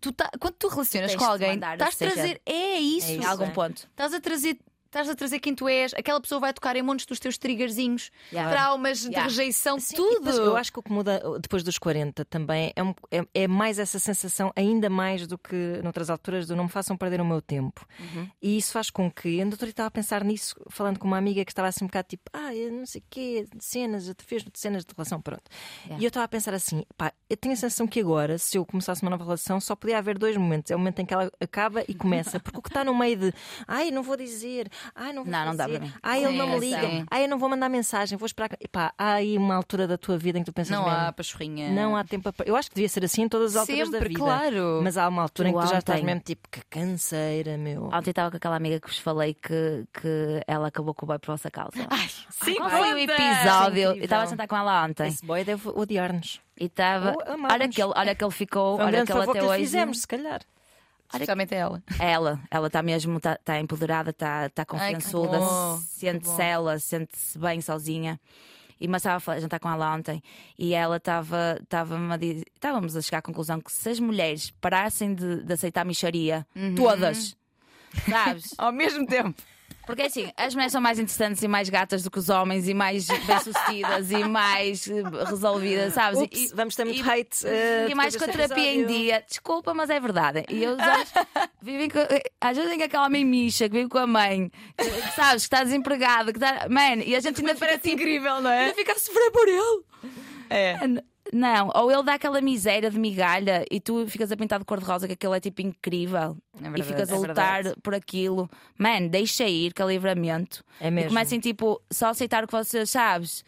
Speaker 2: tu tá- quando tu relacionas
Speaker 3: Tens
Speaker 2: com
Speaker 3: de
Speaker 2: alguém,
Speaker 3: mandar,
Speaker 2: estás a
Speaker 3: seja-
Speaker 2: trazer. É isso.
Speaker 1: isso,
Speaker 3: Em algum
Speaker 1: é.
Speaker 3: ponto.
Speaker 2: Estás a trazer. Estás a trazer quem tu és, aquela pessoa vai tocar em montes dos teus triggerzinhos,
Speaker 3: Yeah.
Speaker 2: traumas de
Speaker 3: É. Yeah.
Speaker 2: rejeição,
Speaker 1: Sim, e
Speaker 2: tudo.
Speaker 1: depois eu acho que o que muda uh, depois dos 40 também é, um- é- é mais essa sensação, ainda mais do que noutras alturas, do não me façam perder o meu tempo.
Speaker 3: Uhum.
Speaker 1: E isso faz com que. A doutora estava a pensar nisso, falando com uma amiga que estava assim um bocado tipo, ah, eu não sei o quê, de cenas, eu te fiz de cenas de relação, pronto.
Speaker 3: É.
Speaker 1: E eu estava a pensar assim, pá, eu tenho a sensação que agora, se eu começasse uma nova relação, só podia haver dois momentos. É o momento em que ela acaba e começa. Porque o que está no meio de, ai, não vou dizer, ai, não vou
Speaker 3: Não, não dá
Speaker 1: fazer,
Speaker 3: para mim.
Speaker 1: ai, ele
Speaker 2: Sim,
Speaker 1: não me
Speaker 2: sim.
Speaker 1: liga, ah, eu não vou mandar mensagem, vou esperar. que- Epá, há aí uma altura da tua vida em que tu pensas
Speaker 2: Não
Speaker 1: mesmo,
Speaker 2: há pachorrinha.
Speaker 1: não há tempo para. Eu acho que devia ser assim em todas as alturas da
Speaker 2: Sempre,
Speaker 1: vida.
Speaker 2: claro.
Speaker 1: Mas há uma altura em que tu já
Speaker 3: Tu
Speaker 1: estás
Speaker 3: ontem-
Speaker 1: mesmo tipo, que canseira, meu.
Speaker 3: Ontem estava com aquela amiga que vos falei que, que ela acabou com o boy por vossa causa. Ah,
Speaker 2: Sim,
Speaker 3: Qual foi o
Speaker 2: conta!
Speaker 3: episódio?
Speaker 1: Incrível.
Speaker 3: Eu estava a sentar com ela ontem.
Speaker 1: Esse boy deve odiar-nos.
Speaker 3: E estava.
Speaker 1: Oh, amamos.
Speaker 3: Olha que ele, olha que ele ficou.
Speaker 1: Foi um
Speaker 3: olha
Speaker 1: grande
Speaker 3: que ele
Speaker 1: favor
Speaker 3: até
Speaker 1: que lhe
Speaker 3: hoje.
Speaker 1: fizemos, se calhar.
Speaker 2: Especialmente a ela. [LAUGHS]
Speaker 3: Ela, ela está mesmo, está tá empoderada, está tá confiançuda,
Speaker 2: bom, que
Speaker 3: sente-se
Speaker 2: bom.
Speaker 3: ela, sente-se bem sozinha. E mas estava a falar- jantar com ela ontem e ela estava estava-me a dizer, estávamos a chegar à conclusão que se as mulheres parassem de, de aceitar micharia, todas, Uhum. sabes?
Speaker 2: Ao mesmo tempo.
Speaker 3: Porque assim, as mulheres são mais interessantes e mais gatas do que os homens e mais bem-sucedidas e mais eh, resolvidas, sabes? E-
Speaker 1: Ups, vamos ter muito
Speaker 3: e-
Speaker 1: hate. eh,
Speaker 3: e mais com a
Speaker 1: depois deste
Speaker 3: terapia em
Speaker 1: episódio.
Speaker 3: dia. Desculpa, mas é verdade. E eu
Speaker 1: [LAUGHS]
Speaker 3: às, vivem com, às vezes tem aquela mãe micha que vive com a mãe, que, que sabes, que está desempregada, que está. Man, e a gente ainda fica, tipo
Speaker 2: Parece incrível, não é?
Speaker 3: ainda fica a sofrer por ele.
Speaker 2: É.
Speaker 3: N- Não, ou ele dá aquela miséria de migalha e tu ficas a pintar de cor-de-rosa que aquilo é tipo incrível
Speaker 2: verdade,
Speaker 3: e ficas a
Speaker 1: é
Speaker 3: lutar
Speaker 1: verdade.
Speaker 3: por aquilo. Man, deixa ir, que é livramento.
Speaker 1: É mesmo.
Speaker 3: E comecem tipo só a aceitar o que vocês, sabes?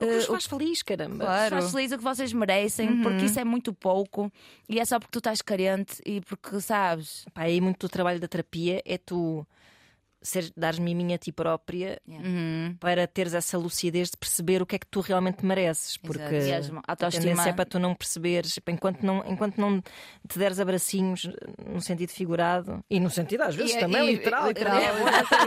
Speaker 1: O que
Speaker 3: Eh,
Speaker 1: os Uhum. faz feliz, caramba.
Speaker 2: Claro.
Speaker 3: Faz feliz o que vocês merecem, porque isso é muito pouco e é só porque tu estás carente e porque sabes.
Speaker 1: Pá, aí muito do trabalho da terapia é tu ser, dares miminha a ti própria para teres essa lucidez de perceber o que é que tu realmente mereces. Porque
Speaker 3: Mesmo, a
Speaker 1: a
Speaker 3: autoestima.
Speaker 1: tendência é para tu não perceberes, tipo, enquanto não, enquanto não te deres abracinhos no sentido figurado e no sentido às vezes
Speaker 2: E- é
Speaker 1: também
Speaker 2: e-
Speaker 1: literal.
Speaker 2: literal. [LAUGHS]
Speaker 1: caramba.
Speaker 2: Um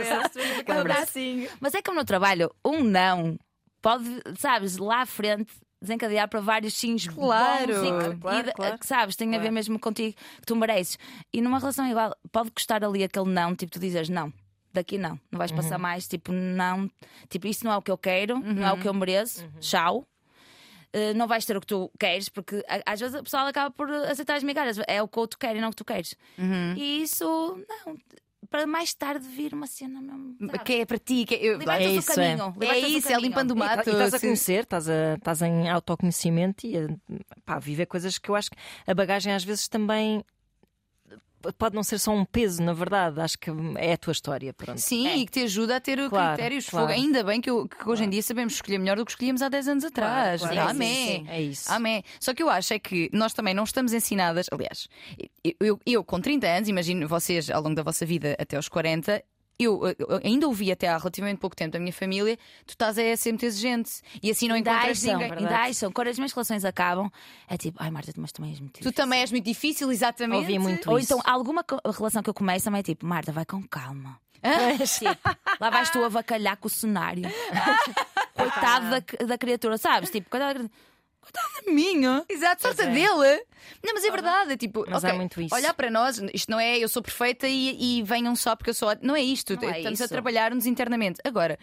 Speaker 1: Lembra-se.
Speaker 2: abracinho.
Speaker 3: Mas é como no trabalho, um não pode, sabes, lá à frente desencadear para vários sims
Speaker 2: Claro,
Speaker 3: bons e que-
Speaker 1: claro,
Speaker 3: e de-
Speaker 1: claro.
Speaker 3: que sabes, tem a ver mesmo contigo, que tu mereces. E numa relação igual, pode custar ali aquele não, tipo tu dizes não. Daqui não, não vais passar mais, tipo, não, tipo, isso não é o que eu quero, não é
Speaker 1: Uhum.
Speaker 3: o que eu mereço, tchau. Eh, não vais ter o que tu queres, porque a- às vezes a pessoa acaba por aceitar as migalhas, é o que o outro quer e não o que tu queres.
Speaker 1: Uhum.
Speaker 3: E isso, não, para mais tarde vir uma cena mesmo. sabes?
Speaker 2: Que é para ti. Que é... eu-
Speaker 3: Libertas
Speaker 1: É
Speaker 3: o
Speaker 1: isso,
Speaker 3: caminho.
Speaker 1: é.
Speaker 2: É
Speaker 3: libertas o
Speaker 2: isso, é
Speaker 3: caminho.
Speaker 2: limpando o
Speaker 1: E
Speaker 2: mato.
Speaker 1: tá- e estás a
Speaker 2: sim.
Speaker 1: conhecer, estás, a- estás em autoconhecimento e a pá, viver coisas que eu acho que a bagagem às vezes também p- pode não ser só um peso, na verdade. Acho que é a tua história. Pronto.
Speaker 2: Sim, e que te ajuda a ter o
Speaker 1: É. Claro,
Speaker 2: critérios.
Speaker 1: claro.
Speaker 2: Fogo. Ainda bem que, eu- que hoje em dia sabemos escolher melhor do que escolhíamos há 10 anos atrás.
Speaker 1: claro.
Speaker 2: Ah,
Speaker 1: Sim,
Speaker 2: Amém.
Speaker 3: sim, sim.
Speaker 1: É isso.
Speaker 2: Amém. Só que eu acho é que nós também não estamos ensinadas. Aliás, eu, eu- eu com 30 anos, imagino vocês ao longo da vossa vida até aos 40. Eu, eh, eu ainda ouvi até há relativamente pouco tempo da minha família: tu estás é ser muito exigente e assim não
Speaker 3: Ainda
Speaker 2: encontras
Speaker 3: acham,
Speaker 2: ninguém.
Speaker 3: ainda acham. Quando as minhas relações acabam, é tipo, ai Marta, mas também és muito
Speaker 2: Tu
Speaker 3: difícil."
Speaker 2: também és muito difícil, exatamente.
Speaker 1: Ouvi muito
Speaker 3: Ou
Speaker 1: isso.
Speaker 3: então, alguma co- relação que eu começo também é tipo, Marta, vai com calma.
Speaker 2: Ah. [LAUGHS]
Speaker 3: Tipo, lá vais tu avacalhar com o cenário.
Speaker 2: Ah.
Speaker 3: Coitado da, da criatura, sabes? Tipo, coitado da criatura.
Speaker 2: minha. Exato, sorte
Speaker 3: é.
Speaker 2: dele. Não,
Speaker 3: Uhum.
Speaker 2: mas é verdade. é Tipo,
Speaker 1: Mas há
Speaker 2: ok,
Speaker 1: muito isso.
Speaker 2: Olhar para nós, isto não é eu sou perfeita e, e venham só porque eu sou. ótima. Não é isto.
Speaker 3: Não é
Speaker 2: Estamos a
Speaker 3: isso.
Speaker 2: trabalhar-nos internamente. Agora,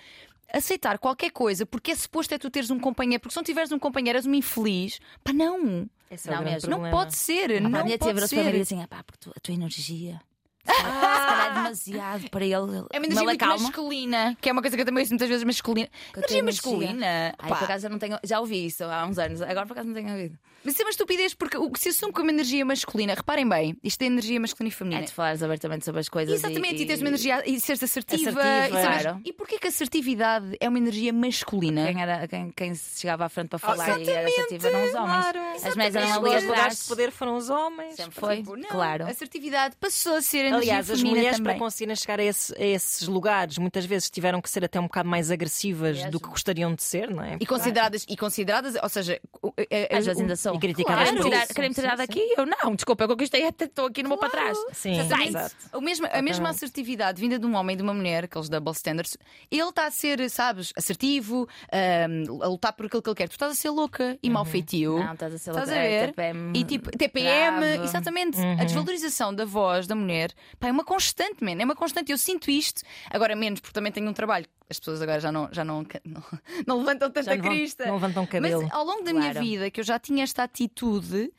Speaker 2: aceitar qualquer coisa, porque é suposto é tu teres um companheiro, porque se não tiveres um companheiro, és uma infeliz. Pá, não.
Speaker 1: Esse é o
Speaker 3: Não
Speaker 1: grande
Speaker 3: mesmo,
Speaker 2: Não
Speaker 1: problema.
Speaker 2: pode ser.
Speaker 3: Ah, Pá,
Speaker 2: não
Speaker 3: a minha tia
Speaker 2: pode
Speaker 3: virou-se para mim e
Speaker 2: ser.
Speaker 3: disse assim: "Ah pá, porque tu- a tua energia Se calhar é demasiado para ele.
Speaker 2: É uma
Speaker 3: mas
Speaker 2: energia
Speaker 3: ele
Speaker 2: muito
Speaker 3: acalma.
Speaker 2: masculina, que é uma coisa que eu também ouço muitas vezes masculina.
Speaker 3: Que eu
Speaker 2: energia
Speaker 3: tenho
Speaker 2: masculina.
Speaker 3: Ai,
Speaker 2: pá.
Speaker 3: por acaso eu não tenho. Já ouvi isso há uns anos, agora por acaso não tenho ouvido.
Speaker 2: Mas isso é uma estupidez, porque o que se assume como energia masculina, reparem bem, isto é energia masculina e
Speaker 3: É
Speaker 2: feminina.
Speaker 3: de falares abertamente sobre as coisas.
Speaker 2: Exatamente, e,
Speaker 3: e
Speaker 2: tens uma energia e seres assertiva.
Speaker 1: Assertiva,
Speaker 2: e, saberes-
Speaker 3: claro.
Speaker 2: e porquê que a assertividade é uma energia masculina?
Speaker 3: Quem, era, quem, quem se chegava à frente
Speaker 2: Ah,
Speaker 3: para falar e era assertiva eram os homens.
Speaker 1: claro.
Speaker 3: As mulheres
Speaker 1: é
Speaker 3: eram ali
Speaker 1: Os lugares de
Speaker 3: atrás.
Speaker 1: poder foram os homens.
Speaker 3: Sempre foi,
Speaker 2: Tipo, não,
Speaker 3: claro.
Speaker 2: A assertividade passou a ser energia
Speaker 1: Aliás, as
Speaker 2: feminina
Speaker 1: mulheres
Speaker 2: também.
Speaker 1: para conseguirem chegar a, esse- a esses lugares muitas vezes tiveram que ser até um bocado mais agressivas do que gostariam de ser, não é?
Speaker 2: E consideradas, e consideradas, ou seja, o- é- é-
Speaker 3: Às vezes ainda são.
Speaker 1: E criticadas
Speaker 2: Claro.
Speaker 1: por
Speaker 2: Tirar-
Speaker 1: isso.
Speaker 2: Sim,
Speaker 3: Querem-me tirar
Speaker 2: sim,
Speaker 3: daqui? Eu não, desculpa, eu conquistei, até estou aqui numa para trás.
Speaker 1: Sim,
Speaker 2: Sai.
Speaker 1: exato.
Speaker 2: O mesmo- a mesma assertividade vinda de um homem e de uma mulher, aqueles double standards, ele está a ser, sabes, assertivo, ahm, a lutar por aquilo que ele quer. Tu estás a ser louca e mal feitio.
Speaker 3: Não, estás a ser
Speaker 2: Estás a
Speaker 3: louca, É,
Speaker 2: ver?
Speaker 3: TPM,
Speaker 2: E tipo, TPM,
Speaker 3: bravo.
Speaker 2: exatamente. A desvalorização da voz da mulher pá, é uma constante, man, é uma constante. Eu sinto isto, agora menos, porque também tenho um trabalho. As pessoas agora já não, já não, [LAUGHS] não, não levantam tanta
Speaker 1: Já não vão-
Speaker 2: crista.
Speaker 1: não levantam cabelo.
Speaker 2: Mas ao longo da minha
Speaker 3: Claro.
Speaker 2: vida, que eu já tinha esta atitude,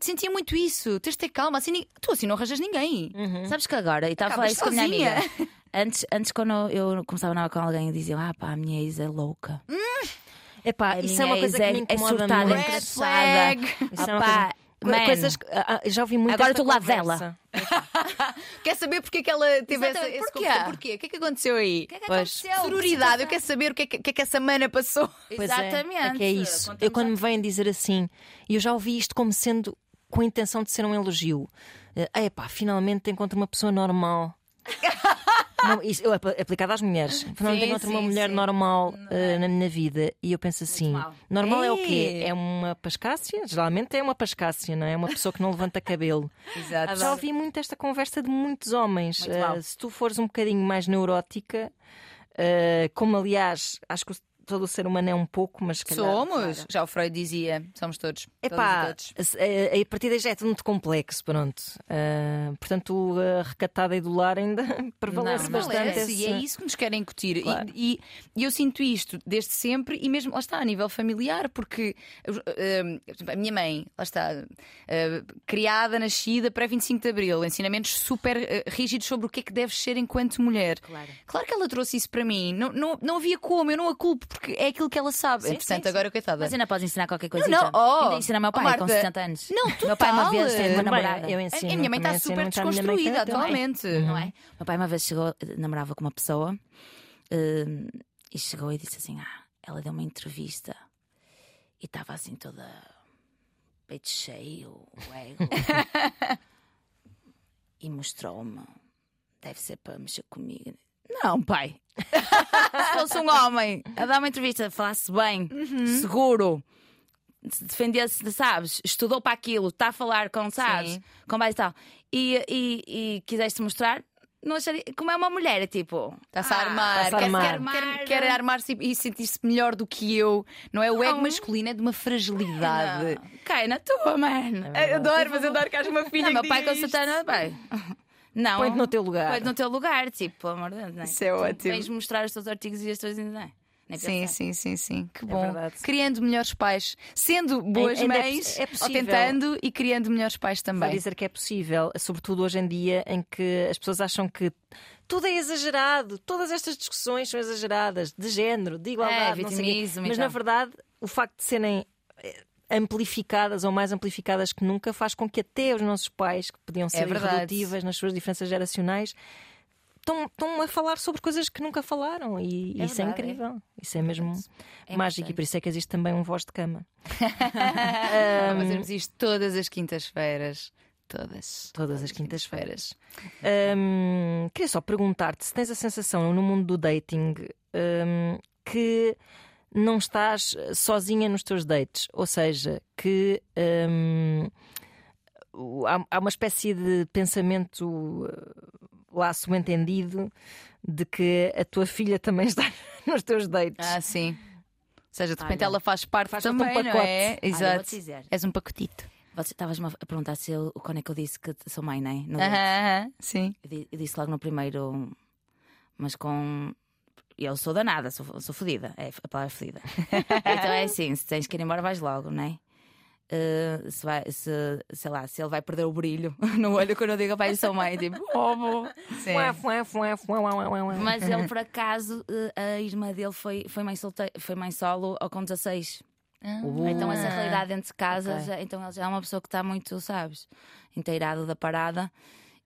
Speaker 2: sentia muito isso. Tens de ter calma. Assim, ni- tu assim não arranjas ninguém.
Speaker 3: Sabes que agora, e estava a falar
Speaker 2: uhum. Acabas
Speaker 3: isso com a minha
Speaker 2: sozinha.
Speaker 3: amiga. Antes, antes quando eu começava a namorar com alguém, eu dizia: Ah, pá, a minha ex é louca.
Speaker 2: Hum,
Speaker 1: Epá,
Speaker 3: A
Speaker 1: isso
Speaker 3: minha
Speaker 1: é uma coisa
Speaker 3: ex
Speaker 1: que me
Speaker 3: é, é
Speaker 1: incomoda
Speaker 3: surtada,
Speaker 1: muito.
Speaker 2: Red
Speaker 3: engraçada.
Speaker 2: flag.
Speaker 1: Isso é uma
Speaker 3: Opá,
Speaker 1: coisa-
Speaker 3: man.
Speaker 1: coisas que- ah, ah, já ouvi muito
Speaker 3: Agora
Speaker 1: esta
Speaker 3: estou do lado
Speaker 1: conversa.
Speaker 3: dela.
Speaker 2: Quer saber porque é que ela teve essa,
Speaker 3: Exatamente.
Speaker 2: esse
Speaker 3: Porquê?
Speaker 2: comportamento? Porquê? O que é que aconteceu aí?
Speaker 3: que é que
Speaker 2: Pois.
Speaker 3: aconteceu?
Speaker 2: Sororidade, eu quero saber o que é que, o que, é que essa mana passou.
Speaker 1: Pois
Speaker 3: Exatamente.
Speaker 1: É, é que é isso.
Speaker 3: Contamos
Speaker 1: Eu quando me vêm dizer assim, e eu já ouvi isto como sendo com a intenção de ser um elogio. Eh, Epá, finalmente encontro uma pessoa
Speaker 2: [LAUGHS]
Speaker 1: normal. Não, isso, eu, apl- aplicado às mulheres. Finalmente
Speaker 2: Sim,
Speaker 1: encontro uma
Speaker 2: sim,
Speaker 1: mulher
Speaker 2: sim. é?
Speaker 1: normal eh, na minha vida. E eu penso assim:
Speaker 3: mal.
Speaker 1: normal é o quê?
Speaker 2: Ei.
Speaker 1: É uma pascácia? Geralmente é uma pascácia, não é? É uma pessoa que não levanta cabelo.
Speaker 2: Exato.
Speaker 1: Já ouvi muito esta conversa de muitos homens.
Speaker 3: Muito mal.
Speaker 1: Eh, se tu fores um bocadinho mais neurótica, eh, como aliás, acho que o- todo o ser humano é um pouco, mas se calhar.
Speaker 2: Somos. Já o Freud dizia, somos todos.
Speaker 1: Epá,
Speaker 2: Todos e todos.
Speaker 1: se- eh, a partir daí já é tudo muito complexo, pronto. Eh, portanto, a recatada e do lar ainda [LAUGHS] prevalece
Speaker 3: Não, não,
Speaker 1: bastante.
Speaker 2: Prevalece,
Speaker 1: esse-
Speaker 2: E é isso que nos querem incutir. E-
Speaker 1: Claro.
Speaker 2: E, e eu sinto isto desde sempre, e mesmo lá está, a nível familiar, porque eu, eh, por exemplo, a minha mãe, lá está, eh, criada, nascida pré-25 de Abril, ensinamentos super eh, rígidos sobre o que é que deves ser enquanto mulher.
Speaker 3: Claro.
Speaker 2: Claro que ela trouxe isso para mim. Não, não, não havia como, eu não a culpo, porque é aquilo que ela sabe. Entretanto, agora, coitada.
Speaker 3: Mas assim, é ainda podes ensinar qualquer coisa. então.
Speaker 2: Não, não, oh,
Speaker 3: ainda ensina meu pai
Speaker 2: Marta.
Speaker 3: com 60 anos.
Speaker 2: Não,
Speaker 3: Meu pai
Speaker 2: total.
Speaker 3: uma
Speaker 2: é assim,
Speaker 3: vez teve uma
Speaker 1: Também,
Speaker 3: namorada.
Speaker 1: eu
Speaker 2: A-
Speaker 1: ensino,
Speaker 2: a minha
Speaker 1: também
Speaker 2: mãe está
Speaker 1: ensino
Speaker 2: super
Speaker 1: muito à minha mãe
Speaker 2: desconstruída
Speaker 1: também.
Speaker 2: atualmente.
Speaker 3: não é? Meu pai uma vez chegou, namorava com uma pessoa hum, e chegou e disse assim: Ah, ela deu uma entrevista e estava assim toda peito cheio, o ego. e mostrou-me: Deve ser para mexer comigo. Não, pai. [LAUGHS] Se fosse um homem a dar uma entrevista, falasse bem,
Speaker 2: Uhum.
Speaker 3: seguro. se Defendesse, sabes, estudou para aquilo, está a falar com, sabes,
Speaker 2: Sim.
Speaker 3: com mais e tal, e, e, e quiseste mostrar, não acharia, como é uma mulher, é tipo,
Speaker 2: Está-se Tá a
Speaker 3: "Ah,
Speaker 2: armar,
Speaker 1: está-se a
Speaker 2: quer,
Speaker 1: armar.
Speaker 2: quer- quer- quer armar-se e sentir-se melhor do que eu. Não é? O ego masculino é de uma fragilidade.
Speaker 3: Cai na tua, mano.
Speaker 2: É, Eu Adoro, mas eu adoro que haja uma filha.
Speaker 3: Não,
Speaker 2: que
Speaker 3: meu pai [LAUGHS]
Speaker 2: diga
Speaker 3: com
Speaker 2: isto.
Speaker 3: Santana, bem. Não.
Speaker 1: Põe-te no teu lugar.
Speaker 3: Põe-te no teu lugar, tipo, pelo amor de Deus, não é?
Speaker 2: Isso é
Speaker 3: Tu
Speaker 2: ótimo.
Speaker 3: Vens mostrar os teus artigos e as tuas. Não é? Nem
Speaker 2: Sim,
Speaker 3: pensar.
Speaker 2: sim, sim, sim. Que bom.
Speaker 1: verdade.
Speaker 2: criando melhores pais. Sendo boas
Speaker 1: Ainda é
Speaker 2: mães,
Speaker 1: possi- é
Speaker 2: ou
Speaker 1: possível.
Speaker 2: tentando e criando melhores pais
Speaker 1: Vai
Speaker 2: também.
Speaker 1: dizer que é possível, sobretudo hoje em dia em que as pessoas acham que tudo é exagerado, todas estas discussões são exageradas, de género, de igualdade,
Speaker 3: É,
Speaker 1: não sei o quê.
Speaker 3: vitimismo e
Speaker 1: mas na
Speaker 3: tal.
Speaker 1: verdade o facto de serem eh, amplificadas ou mais amplificadas que nunca faz com que até os nossos pais, que
Speaker 3: É
Speaker 1: podiam ser
Speaker 2: verdade.
Speaker 1: irredutíveis nas suas diferenças geracionais, estão, estão a falar sobre coisas que nunca falaram e
Speaker 3: É
Speaker 1: isso é
Speaker 3: verdade, é.
Speaker 1: incrível, isso é mesmo
Speaker 3: É
Speaker 1: mágico
Speaker 3: importante.
Speaker 1: e por isso é que existe também um voz de cama.
Speaker 2: Ah, Fazermos isto todas as quintas-feiras. Todas.
Speaker 1: Todas as quintas-feiras. Hum, queria só perguntar-te se tens a sensação no mundo do dating hum, que não estás sozinha nos teus dates, ou seja, que hum, o- há, há uma espécie de pensamento eh, lá subentendido de que a tua filha também [LAUGHS] está nos teus dates.
Speaker 2: Ah, sim. Ou seja, de repente
Speaker 3: Olha,
Speaker 2: ela faz parte
Speaker 1: faz parte de um
Speaker 2: também, não é?
Speaker 1: pacote.
Speaker 3: Olha,
Speaker 2: Exato.
Speaker 3: vou-te dizer.
Speaker 2: És um pacotito.
Speaker 3: Você estavas-me a perguntar se eu, quando é que eu disse que sou mãe, não é? No-
Speaker 2: Aham, aham, sim.
Speaker 3: eu, di- eu disse logo no primeiro, mas com. Eu sou
Speaker 2: [LAUGHS]
Speaker 3: danada, sou, sou fodida. É, a palavra é fodida. então é assim: se tens que ir embora, vais logo, não é? eh, se vai, se, sei lá, se ele vai perder o brilho [LAUGHS] no olho quando eu digo pai e sou mãe, tipo, oh, vou.
Speaker 2: Sim. [LAUGHS]
Speaker 3: Mas ele, por acaso, eh, a irmã dele foi, foi, mãe solte- foi mãe solo ou com 16.
Speaker 2: Ah.
Speaker 3: Então, essa realidade dentro de casa,
Speaker 1: ok.
Speaker 3: já- então ele já é uma pessoa que está muito, sabes, inteirado da parada.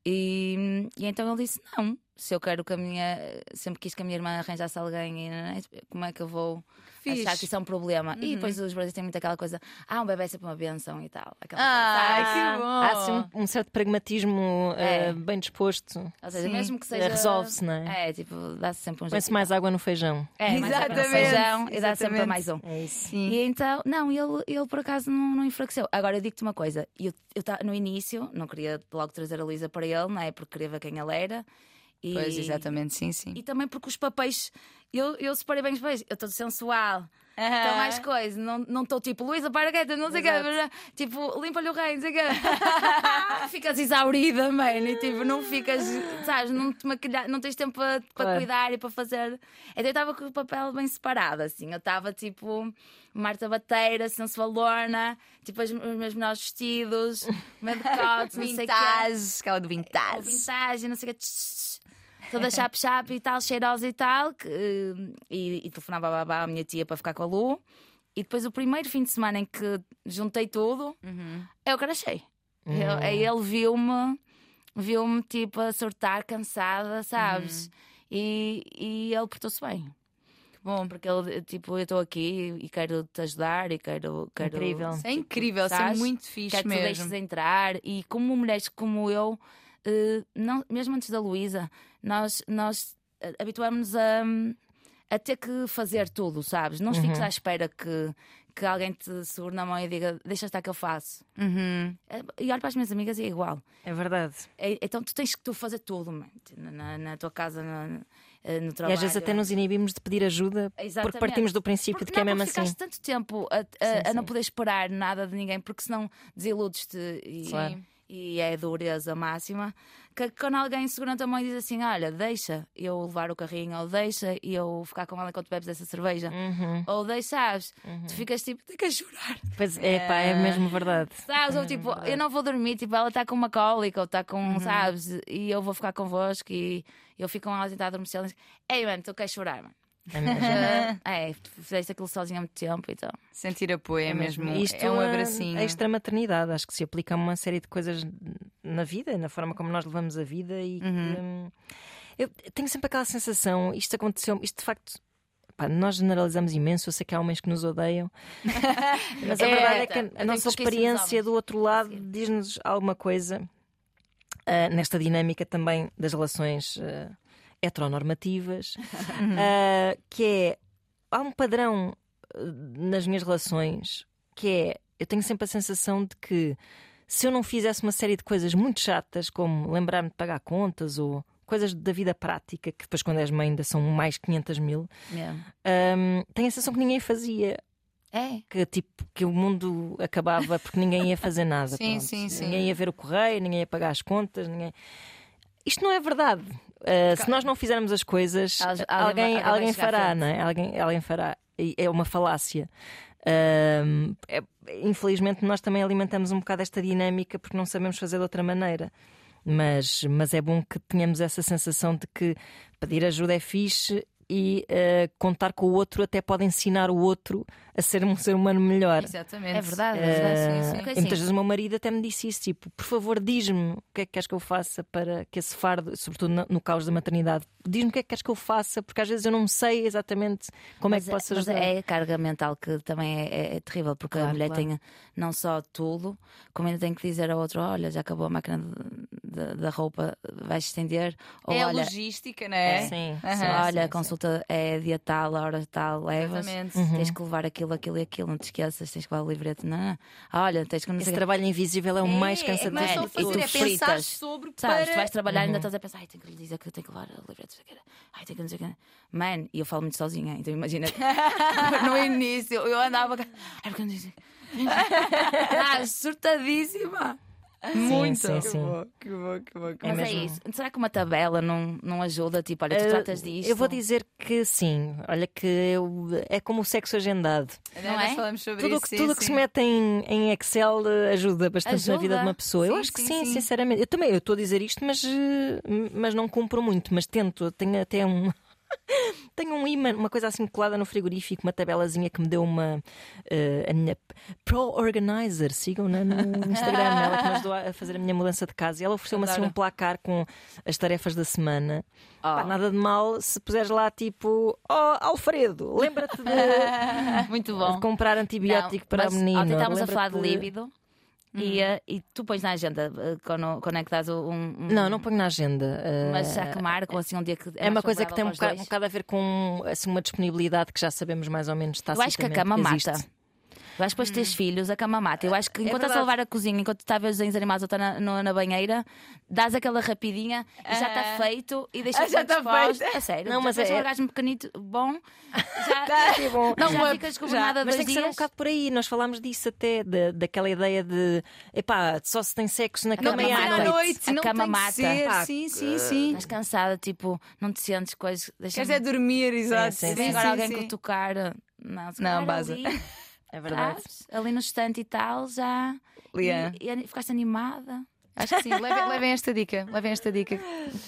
Speaker 3: E, e então ele disse: Não, se eu quero que a minha. Sempre quis que a minha irmã arranjasse alguém, e né, como é que eu vou
Speaker 2: Fixe. Uhum.
Speaker 3: achar que isso é um problema? E depois os brasileiros têm muito aquela coisa: Ah, um bebê é sempre uma benção e tal. Aquela
Speaker 2: Ai,
Speaker 3: coisa,
Speaker 2: que
Speaker 3: sabe?
Speaker 2: bom.
Speaker 1: Há assim um, um certo pragmatismo eh,
Speaker 3: oh. É.
Speaker 1: bem disposto.
Speaker 3: Ou seja,
Speaker 2: Sim. né?
Speaker 3: mesmo que
Speaker 1: Eh,
Speaker 3: seja.
Speaker 1: Resolve-se, não é?
Speaker 3: É, tipo, dá-se sempre um jeito.
Speaker 1: Põe-se mais água no feijão.
Speaker 3: É, mais água no
Speaker 2: Exatamente,
Speaker 3: feijão e dá sempre
Speaker 2: exatamente.
Speaker 3: para mais um.
Speaker 1: É isso.
Speaker 2: Sim.
Speaker 3: E então, não, ele, ele por acaso não, não enfraqueceu. Agora eu digo-te uma coisa: eu, eu ta- no início não queria logo trazer a Luísa para ele, não é? Porque queria ver quem ela era. E,
Speaker 2: Pois, exatamente, sim, sim.
Speaker 3: E também porque os papéis, eu, eu separei bem os papéis, eu estou sensual, estou
Speaker 2: Aham.
Speaker 3: Então, mais coisa, não estou tipo Luísa Paragueta, não sei o quê, tipo limpa-lhe o rei, não sei o quê.
Speaker 2: [LAUGHS]
Speaker 3: ficas exaurida, mano, e tipo, não ficas, sabes, não, te maquilha, não tens tempo para
Speaker 1: Claro.
Speaker 3: cuidar e para fazer. Então eu estava com o papel bem separado, assim, eu estava tipo Marta Bateira, sensualona, tipo as- os meus melhores
Speaker 2: [LAUGHS]
Speaker 3: vestidos, meu decote, não sei o quê
Speaker 2: Vintage, escala de
Speaker 3: ou
Speaker 2: É, vintage.
Speaker 3: vintage, não sei o que. Toda chape-chape e tal, cheirosa e tal. que, eh, e, e telefonava à- à, à minha tia para ficar com a Lu. E depois, o primeiro fim de semana em que juntei tudo, eu crachei. Eu- Aí ele viu-me, viu-me tipo a surtar, cansada, sabes? E, e ele portou-se bem.
Speaker 2: Bom,
Speaker 3: Porque ele, tipo, eu estou aqui e quero te ajudar e quero. quero
Speaker 1: Incrível.
Speaker 2: isso é incrível, isso é
Speaker 3: Tipo, Sabes?
Speaker 2: muito fixe
Speaker 3: quer que tu
Speaker 2: mesmo.
Speaker 3: deixes entrar. E como mulheres como eu, eh, não, mesmo antes da Luísa, nós, nós eh, habituamos-nos a, a ter que fazer tudo, sabes? Não fiques
Speaker 1: Uhum.
Speaker 3: à espera que, que alguém te segure na mão e diga deixa estar que eu faço.
Speaker 2: Uhum.
Speaker 3: Eh, E olho para as minhas amigas e é igual.
Speaker 1: É verdade.
Speaker 3: Eh, Então tu tens que tu fazer tudo, man, na, na- na tua casa, na- na- eh, no
Speaker 1: E
Speaker 3: trabalho.
Speaker 1: às vezes até nos inibimos de pedir ajuda
Speaker 3: Exatamente.
Speaker 1: porque partimos do princípio de que é
Speaker 3: não,
Speaker 1: mesmo
Speaker 3: porque
Speaker 1: assim.
Speaker 3: ficaste tanto tempo a, a-
Speaker 1: Sim,
Speaker 3: a não
Speaker 1: sim.
Speaker 3: poder esperar nada de ninguém, porque senão desiludes-te e,
Speaker 1: Claro.
Speaker 3: e é a dureza máxima. Que quando alguém segura a tua mão e diz assim: Olha, deixa eu levar o carrinho, ou deixa eu ficar com ela enquanto bebes essa cerveja,
Speaker 1: Uhum.
Speaker 3: ou deixa, sabes, tu ficas tipo, tem que chorar. [LAUGHS]
Speaker 1: Pois é, pá, é mesmo verdade.
Speaker 3: Sabes? Ou tipo,
Speaker 1: É
Speaker 3: eu não vou dormir, tipo, ela está com uma cólica ou está com,
Speaker 1: Uhum.
Speaker 3: sabes, e eu vou ficar convosco e eu fico com ela tentar adormecer. ela diz, Ei, mano, tu queres chorar, mano.
Speaker 1: É mesmo.
Speaker 3: Já- é, tu fizeste aquilo sozinha há muito tempo, então.
Speaker 2: Sentir apoio é mesmo.
Speaker 1: Isto
Speaker 2: é um
Speaker 1: a-
Speaker 2: abracinho.
Speaker 1: A extra maternidade, acho que se aplica a uma série de coisas na vida, na forma como nós levamos a vida e que, hum, eu tenho sempre aquela sensação, isto aconteceu, isto de facto. pá, nós generalizamos imenso, eu sei que há homens que nos odeiam, mas a
Speaker 3: É,
Speaker 1: verdade é
Speaker 3: tá.
Speaker 1: que
Speaker 3: Eu
Speaker 1: a
Speaker 3: tenho
Speaker 1: nossa
Speaker 3: pouquíssimos
Speaker 1: experiência
Speaker 3: homens.
Speaker 1: do outro lado diz-nos alguma coisa ah, nesta dinâmica também das relações ah, heteronormativas, ah, que é há um padrão ah, nas minhas relações que é eu tenho sempre a sensação de que se eu não fizesse uma série de coisas muito chatas, como lembrar-me de pagar contas ou coisas da vida prática, que depois quando és mãe ainda são mais 500 mil, ah, tenho a sensação que ninguém fazia.
Speaker 3: É.
Speaker 1: Que, tipo, que o mundo acabava porque ninguém ia fazer nada.
Speaker 2: [LAUGHS] Sim,
Speaker 1: pronto.
Speaker 2: sim, sim.
Speaker 1: Ninguém ia ver o correio, ninguém ia pagar as contas, ninguém. Isto não é verdade. Uh, se nós não fizermos as coisas, eh,
Speaker 3: Al- alguém vai-
Speaker 1: alguém,
Speaker 3: alguém
Speaker 1: alguém
Speaker 3: vai chegar à
Speaker 1: fará,
Speaker 3: frente.
Speaker 1: não é? Alguém, alguém fará. E É uma falácia. Um, é- infelizmente, nós também alimentamos um bocado esta dinâmica porque não sabemos fazer de outra maneira. Mas, mas é bom que tenhamos essa sensação de que pedir ajuda é fixe e uh, contar com o outro até pode ensinar o outro a ser um ser humano melhor.
Speaker 2: Exatamente.
Speaker 3: É verdade,
Speaker 2: É,
Speaker 3: é,
Speaker 2: sim,
Speaker 3: sim,
Speaker 2: sim.
Speaker 1: E muitas vezes o meu marido até me disse isso: tipo, por favor, diz-me o que é que queres que eu faça para que esse fardo, sobretudo no, no caos da maternidade, diz-me o que é que queres que eu faça, porque às vezes eu não sei exatamente como é que posso
Speaker 3: mas
Speaker 1: ajudar.
Speaker 3: é a carga mental que também é, é- é terrível, porque
Speaker 1: Claro,
Speaker 3: a mulher
Speaker 1: claro.
Speaker 3: tem não só tudo, como ainda tem que dizer ao outro: olha, já acabou a máquina de- de- da roupa, vais estender. Ou
Speaker 2: É a
Speaker 3: olha,
Speaker 2: logística, não é?
Speaker 1: Sim,
Speaker 2: Aham.
Speaker 1: sim,
Speaker 3: olha
Speaker 1: sim,
Speaker 3: a consulta é dia tal, a hora tal, levas.
Speaker 2: Exatamente.
Speaker 1: Uhum.
Speaker 3: Tens que levar aquilo, aquilo e aquilo, não te esqueças, tens que levar o livreto. Não, não. Olha, tens que não
Speaker 1: Esse
Speaker 3: sei o quê.
Speaker 1: trabalho invisível é o mais
Speaker 2: É,
Speaker 1: cansativo.
Speaker 2: Não é só
Speaker 1: de
Speaker 2: fazer,
Speaker 1: tudo.
Speaker 2: é
Speaker 3: fritas.
Speaker 2: pensar sobre
Speaker 3: Sabes,
Speaker 2: para.
Speaker 3: tu vais trabalhar e ainda estás a pensar, ai, tenho que lhe dizer que eu tenho que levar o livreto, não sei o quê. ai, tenho que não sei o quê. Man, e eu falo muito sozinha,
Speaker 1: [LAUGHS]
Speaker 3: então imagina. [LAUGHS] no [LAUGHS] início, eu andava. cá, Ai, porque eu não sei o quê. Ah, surtadíssima.
Speaker 2: Muito.
Speaker 1: sim, sim.
Speaker 2: bom, que bom, que bom. Que
Speaker 1: É
Speaker 3: Mas é
Speaker 1: mesmo.
Speaker 3: isso. Será que uma tabela não, não ajuda? Tipo, olha, tu
Speaker 1: Eh,
Speaker 3: tratas disto.
Speaker 1: Eu vou dizer que sim. Olha, que eu- é como o sexo agendado.
Speaker 2: Não
Speaker 3: Nós
Speaker 2: é? falamos sobre
Speaker 1: Tudo, o
Speaker 2: isso.
Speaker 1: que- tudo o que se mete em, em Excel eh, ajuda bastante na vida de
Speaker 2: Ajuda.
Speaker 1: uma pessoa. eu
Speaker 2: Sim,
Speaker 1: acho que
Speaker 2: sim,
Speaker 1: sim,
Speaker 2: sim.
Speaker 1: sinceramente. Eu também eu estou a dizer isto, mas, eh, mas não cumpro muito. Mas tento, Eu tenho até um. [LAUGHS] Tenho um imã, uma coisa assim colada no frigorífico, uma tabelazinha que me deu uma. eh, a minha Pro Organizer, sigam-na
Speaker 2: [LAUGHS]
Speaker 1: no Instagram, ela que me ajudou a fazer a minha mudança de casa. E ela ofereceu-me assim
Speaker 2: Adoro. Oh.
Speaker 1: um placar com as tarefas da semana. Pá, nada de mal se puseres lá tipo: Oh, Alfredo, lembra-te de,
Speaker 3: Muito
Speaker 1: de
Speaker 3: bom.
Speaker 1: comprar antibiótico
Speaker 3: Não,
Speaker 1: um para
Speaker 3: mas
Speaker 1: o menino.
Speaker 3: Ontem estávamos a
Speaker 1: lembra-te
Speaker 3: falar de
Speaker 1: de-
Speaker 3: líbido e,
Speaker 1: Uhum.
Speaker 3: eh, e tu pões na agenda eh, quando conectas um. um
Speaker 1: Não, não ponho na agenda. eh,
Speaker 3: Mas já que marcam assim um dia que.
Speaker 1: é uma coisa que tem um bocado, um
Speaker 3: bocado.
Speaker 1: bocado a ver com assim, uma disponibilidade que já sabemos mais ou menos está
Speaker 3: Eu acho que a cama mata. Eu acho que depois de teres filhos, a cama mata. Eu acho que enquanto estás
Speaker 1: Hum.
Speaker 3: a
Speaker 1: É verdade.
Speaker 3: lavar a cozinha, enquanto está a ver os desenhos animados ou está na, no- na banheira, dás aquela rapidinha e
Speaker 1: É.
Speaker 3: já está feito
Speaker 1: [LAUGHS]
Speaker 3: e deixas
Speaker 2: Ah, já
Speaker 3: tudo
Speaker 2: está feito.
Speaker 3: disposto. É sério.
Speaker 1: Não,
Speaker 3: Não,
Speaker 1: mas
Speaker 3: mas é.
Speaker 1: é-
Speaker 3: um orgasmo pequenito,
Speaker 1: [LAUGHS]
Speaker 3: bom.
Speaker 1: Tá,
Speaker 3: Já,
Speaker 2: Não,
Speaker 3: já
Speaker 2: mas-
Speaker 3: ficas governada
Speaker 1: Mas
Speaker 3: dois
Speaker 1: tem que ser um
Speaker 3: dias.
Speaker 1: bocado por aí. Nós falámos disso até, da- daquela ideia de epá, só se tem sexo na
Speaker 3: cama
Speaker 1: cama e
Speaker 3: mata.
Speaker 1: à
Speaker 2: à
Speaker 1: noite.
Speaker 2: noite,
Speaker 3: A
Speaker 2: não
Speaker 3: cama
Speaker 2: tem
Speaker 3: mata.
Speaker 2: que ser.
Speaker 1: Pá,
Speaker 2: sim, sim, sim.
Speaker 3: Estás cansada, tipo, não te sentes coisas.
Speaker 2: Queres
Speaker 3: Deixa-me
Speaker 2: é dormir, exato.
Speaker 1: sim,
Speaker 3: Se
Speaker 1: sim,
Speaker 3: vem agora alguém que o tocar, não, se
Speaker 2: Não,
Speaker 3: calhar
Speaker 2: baza.
Speaker 3: Ali,
Speaker 1: É verdade.
Speaker 3: sabes, ali no estante e tal, já.
Speaker 2: Lia.
Speaker 3: E, e ficaste animada.
Speaker 2: Acho que sim. Levem, levem esta dica. Levem esta dica.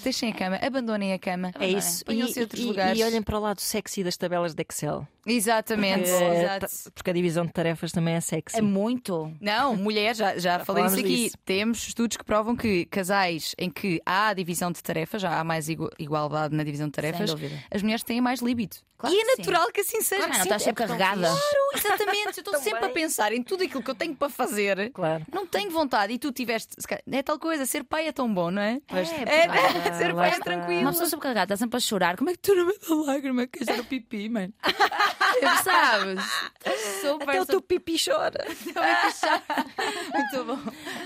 Speaker 2: Deixem a cama, abandonem a cama.
Speaker 3: Ah,
Speaker 1: É isso. E,
Speaker 2: Ponham-se em outros
Speaker 1: e-
Speaker 2: lugares.
Speaker 1: e olhem para o lado sexy das tabelas de Excel.
Speaker 2: Exatamente.
Speaker 1: Eh,
Speaker 2: Exato.
Speaker 1: ta- Porque a divisão de tarefas também é sexy.
Speaker 3: É muito.
Speaker 2: Não, mulher, já, já, falei
Speaker 1: falámos
Speaker 2: disso aqui.
Speaker 1: disso.
Speaker 2: Temos estudos que provam que casais em que há divisão de tarefas, já há mais igu- igualdade na divisão de tarefas,
Speaker 3: dúvida.
Speaker 2: as mulheres têm mais líbido.
Speaker 3: Claro
Speaker 2: e
Speaker 3: que
Speaker 2: é
Speaker 3: sim.
Speaker 2: natural que assim seja.
Speaker 3: Claro, não
Speaker 2: Sim,
Speaker 3: estás sempre
Speaker 1: é porque não
Speaker 3: carregada.
Speaker 2: Claro, exatamente. Eu estou sempre a pensar em tudo aquilo que eu tenho para fazer.
Speaker 1: Claro.
Speaker 2: Não tenho vontade. E tu tiveste. se calhar- É tal coisa, ser pai é tão bom, não é?
Speaker 1: Pois-
Speaker 2: É,
Speaker 1: lá
Speaker 2: [LAUGHS] ser pai é
Speaker 1: está.
Speaker 2: tranquilo.
Speaker 3: Uma pessoa sobrecarregada, está sempre a chorar. Como é que tu não me dá lágrima? Queres dar o pipi, mano?
Speaker 2: [LAUGHS]
Speaker 3: Sabes? Estás Super.
Speaker 1: Até o teu
Speaker 3: super-
Speaker 1: pipi
Speaker 2: [LAUGHS]
Speaker 1: chora.
Speaker 2: Muito bom.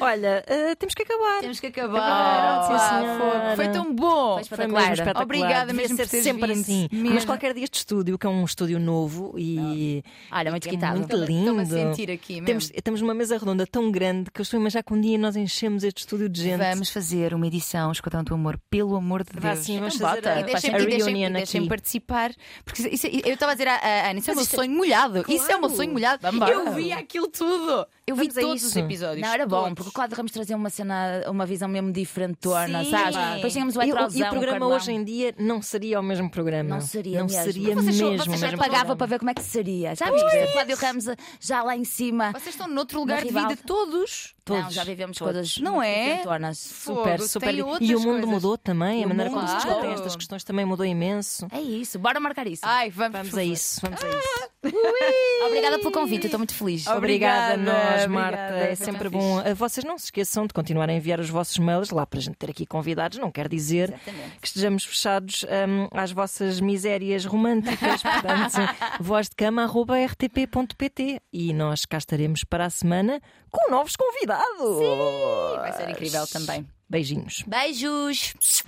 Speaker 1: Olha, eh, temos que acabar.
Speaker 3: Temos que
Speaker 1: Acabar,
Speaker 3: acabar.
Speaker 1: sim,
Speaker 2: Pá,
Speaker 1: senhora.
Speaker 2: fogo. Foi tão bom.
Speaker 3: Foi
Speaker 1: Foi
Speaker 3: Espetacular.
Speaker 1: mesmo espetacular.
Speaker 2: Obrigada
Speaker 1: Devia
Speaker 2: mesmo
Speaker 1: ser
Speaker 2: por teres
Speaker 1: sempre
Speaker 2: vindo.
Speaker 1: assim.
Speaker 2: Mesmo.
Speaker 1: Mas qualquer dia este estúdio, que é um estúdio novo e
Speaker 3: Olha, muito
Speaker 1: que é
Speaker 3: quitado.
Speaker 1: muito
Speaker 2: Estou-me
Speaker 1: lindo.
Speaker 2: a sentir aqui mesmo.
Speaker 1: Temos, temos uma mesa redonda tão grande que eu estou a imaginar que um dia nós enchemos este estúdio de gente.
Speaker 2: Vamos fazer uma edição Esquadrão do Amor, pelo amor de Deus.
Speaker 1: Vá sim, vamos
Speaker 3: Então
Speaker 1: fazer eh,
Speaker 3: bota.
Speaker 1: a,
Speaker 2: E deixem,
Speaker 1: a
Speaker 2: e deixem-
Speaker 1: reunion
Speaker 2: e deixem
Speaker 1: aqui.
Speaker 2: participar. Porque isso- isso- eu estava a dizer à- à Ana, isso é o meu sonho molhado. Isso é o meu sonho molhado.
Speaker 3: Vambora.
Speaker 2: Eu vi aquilo tudo. Eu
Speaker 1: Vamos
Speaker 2: vi
Speaker 1: a
Speaker 2: todos os
Speaker 1: isso.
Speaker 2: episódios.
Speaker 3: Não, era bom,
Speaker 2: todos.
Speaker 3: porque o Cláudio Ramos trazia uma cena, uma visão mesmo diferente, torna,
Speaker 2: Sim.
Speaker 3: sabes?
Speaker 2: Pá.
Speaker 3: Depois tínhamos o
Speaker 1: E o-
Speaker 3: Etrozão,
Speaker 1: e
Speaker 2: um
Speaker 1: o programa
Speaker 3: Carlão.
Speaker 1: hoje em dia não seria o mesmo programa.
Speaker 3: Não seria
Speaker 1: Não
Speaker 3: mesmo.
Speaker 1: seria
Speaker 2: Vocês são-
Speaker 1: mesmo.
Speaker 2: vocês
Speaker 1: o
Speaker 2: já
Speaker 1: mesmo
Speaker 3: Pagava
Speaker 1: programa.
Speaker 3: para ver como é que seria. Já viste? O Cláudio Ramos eh, já lá em cima.
Speaker 2: Vocês estão noutro lugar
Speaker 3: Na
Speaker 2: de
Speaker 3: Rivalta.
Speaker 2: vida, todos.
Speaker 1: Todos.
Speaker 3: Não, já vivemos
Speaker 1: Todos.
Speaker 3: coisas
Speaker 2: Não
Speaker 3: muito
Speaker 2: é?
Speaker 3: diferentonas.
Speaker 2: Fogo,
Speaker 1: Super,
Speaker 2: tem
Speaker 1: super.
Speaker 2: outras
Speaker 1: E o mundo
Speaker 2: coisas.
Speaker 1: mudou também,
Speaker 2: E
Speaker 1: a
Speaker 2: o
Speaker 1: maneira
Speaker 2: mundo
Speaker 1: como se
Speaker 2: mudou.
Speaker 1: discutem estas questões também mudou imenso.
Speaker 3: É isso, bora marcar isso.
Speaker 2: Ai, vamos,
Speaker 1: Vamos
Speaker 2: por
Speaker 1: a
Speaker 2: favor.
Speaker 1: isso, vamos a isso.
Speaker 3: Obrigada pelo convite, eu estou muito feliz.
Speaker 1: Obrigada,
Speaker 2: Obrigada,
Speaker 1: a nós,
Speaker 2: obrigada.
Speaker 1: Marta. É
Speaker 2: Foi
Speaker 1: sempre
Speaker 2: tão
Speaker 1: bom. Vocês não se esqueçam de continuar a enviar os vossos mails lá para a gente ter aqui convidados. Não quer dizer que estejamos fechados hum, às vossas misérias românticas. Portanto,
Speaker 2: [LAUGHS]
Speaker 1: vozdecama.rtp.pt e nós cá estaremos para a semana com novos convidados.
Speaker 2: Vai ser incrível também.
Speaker 1: Beijinhos.
Speaker 3: Beijos!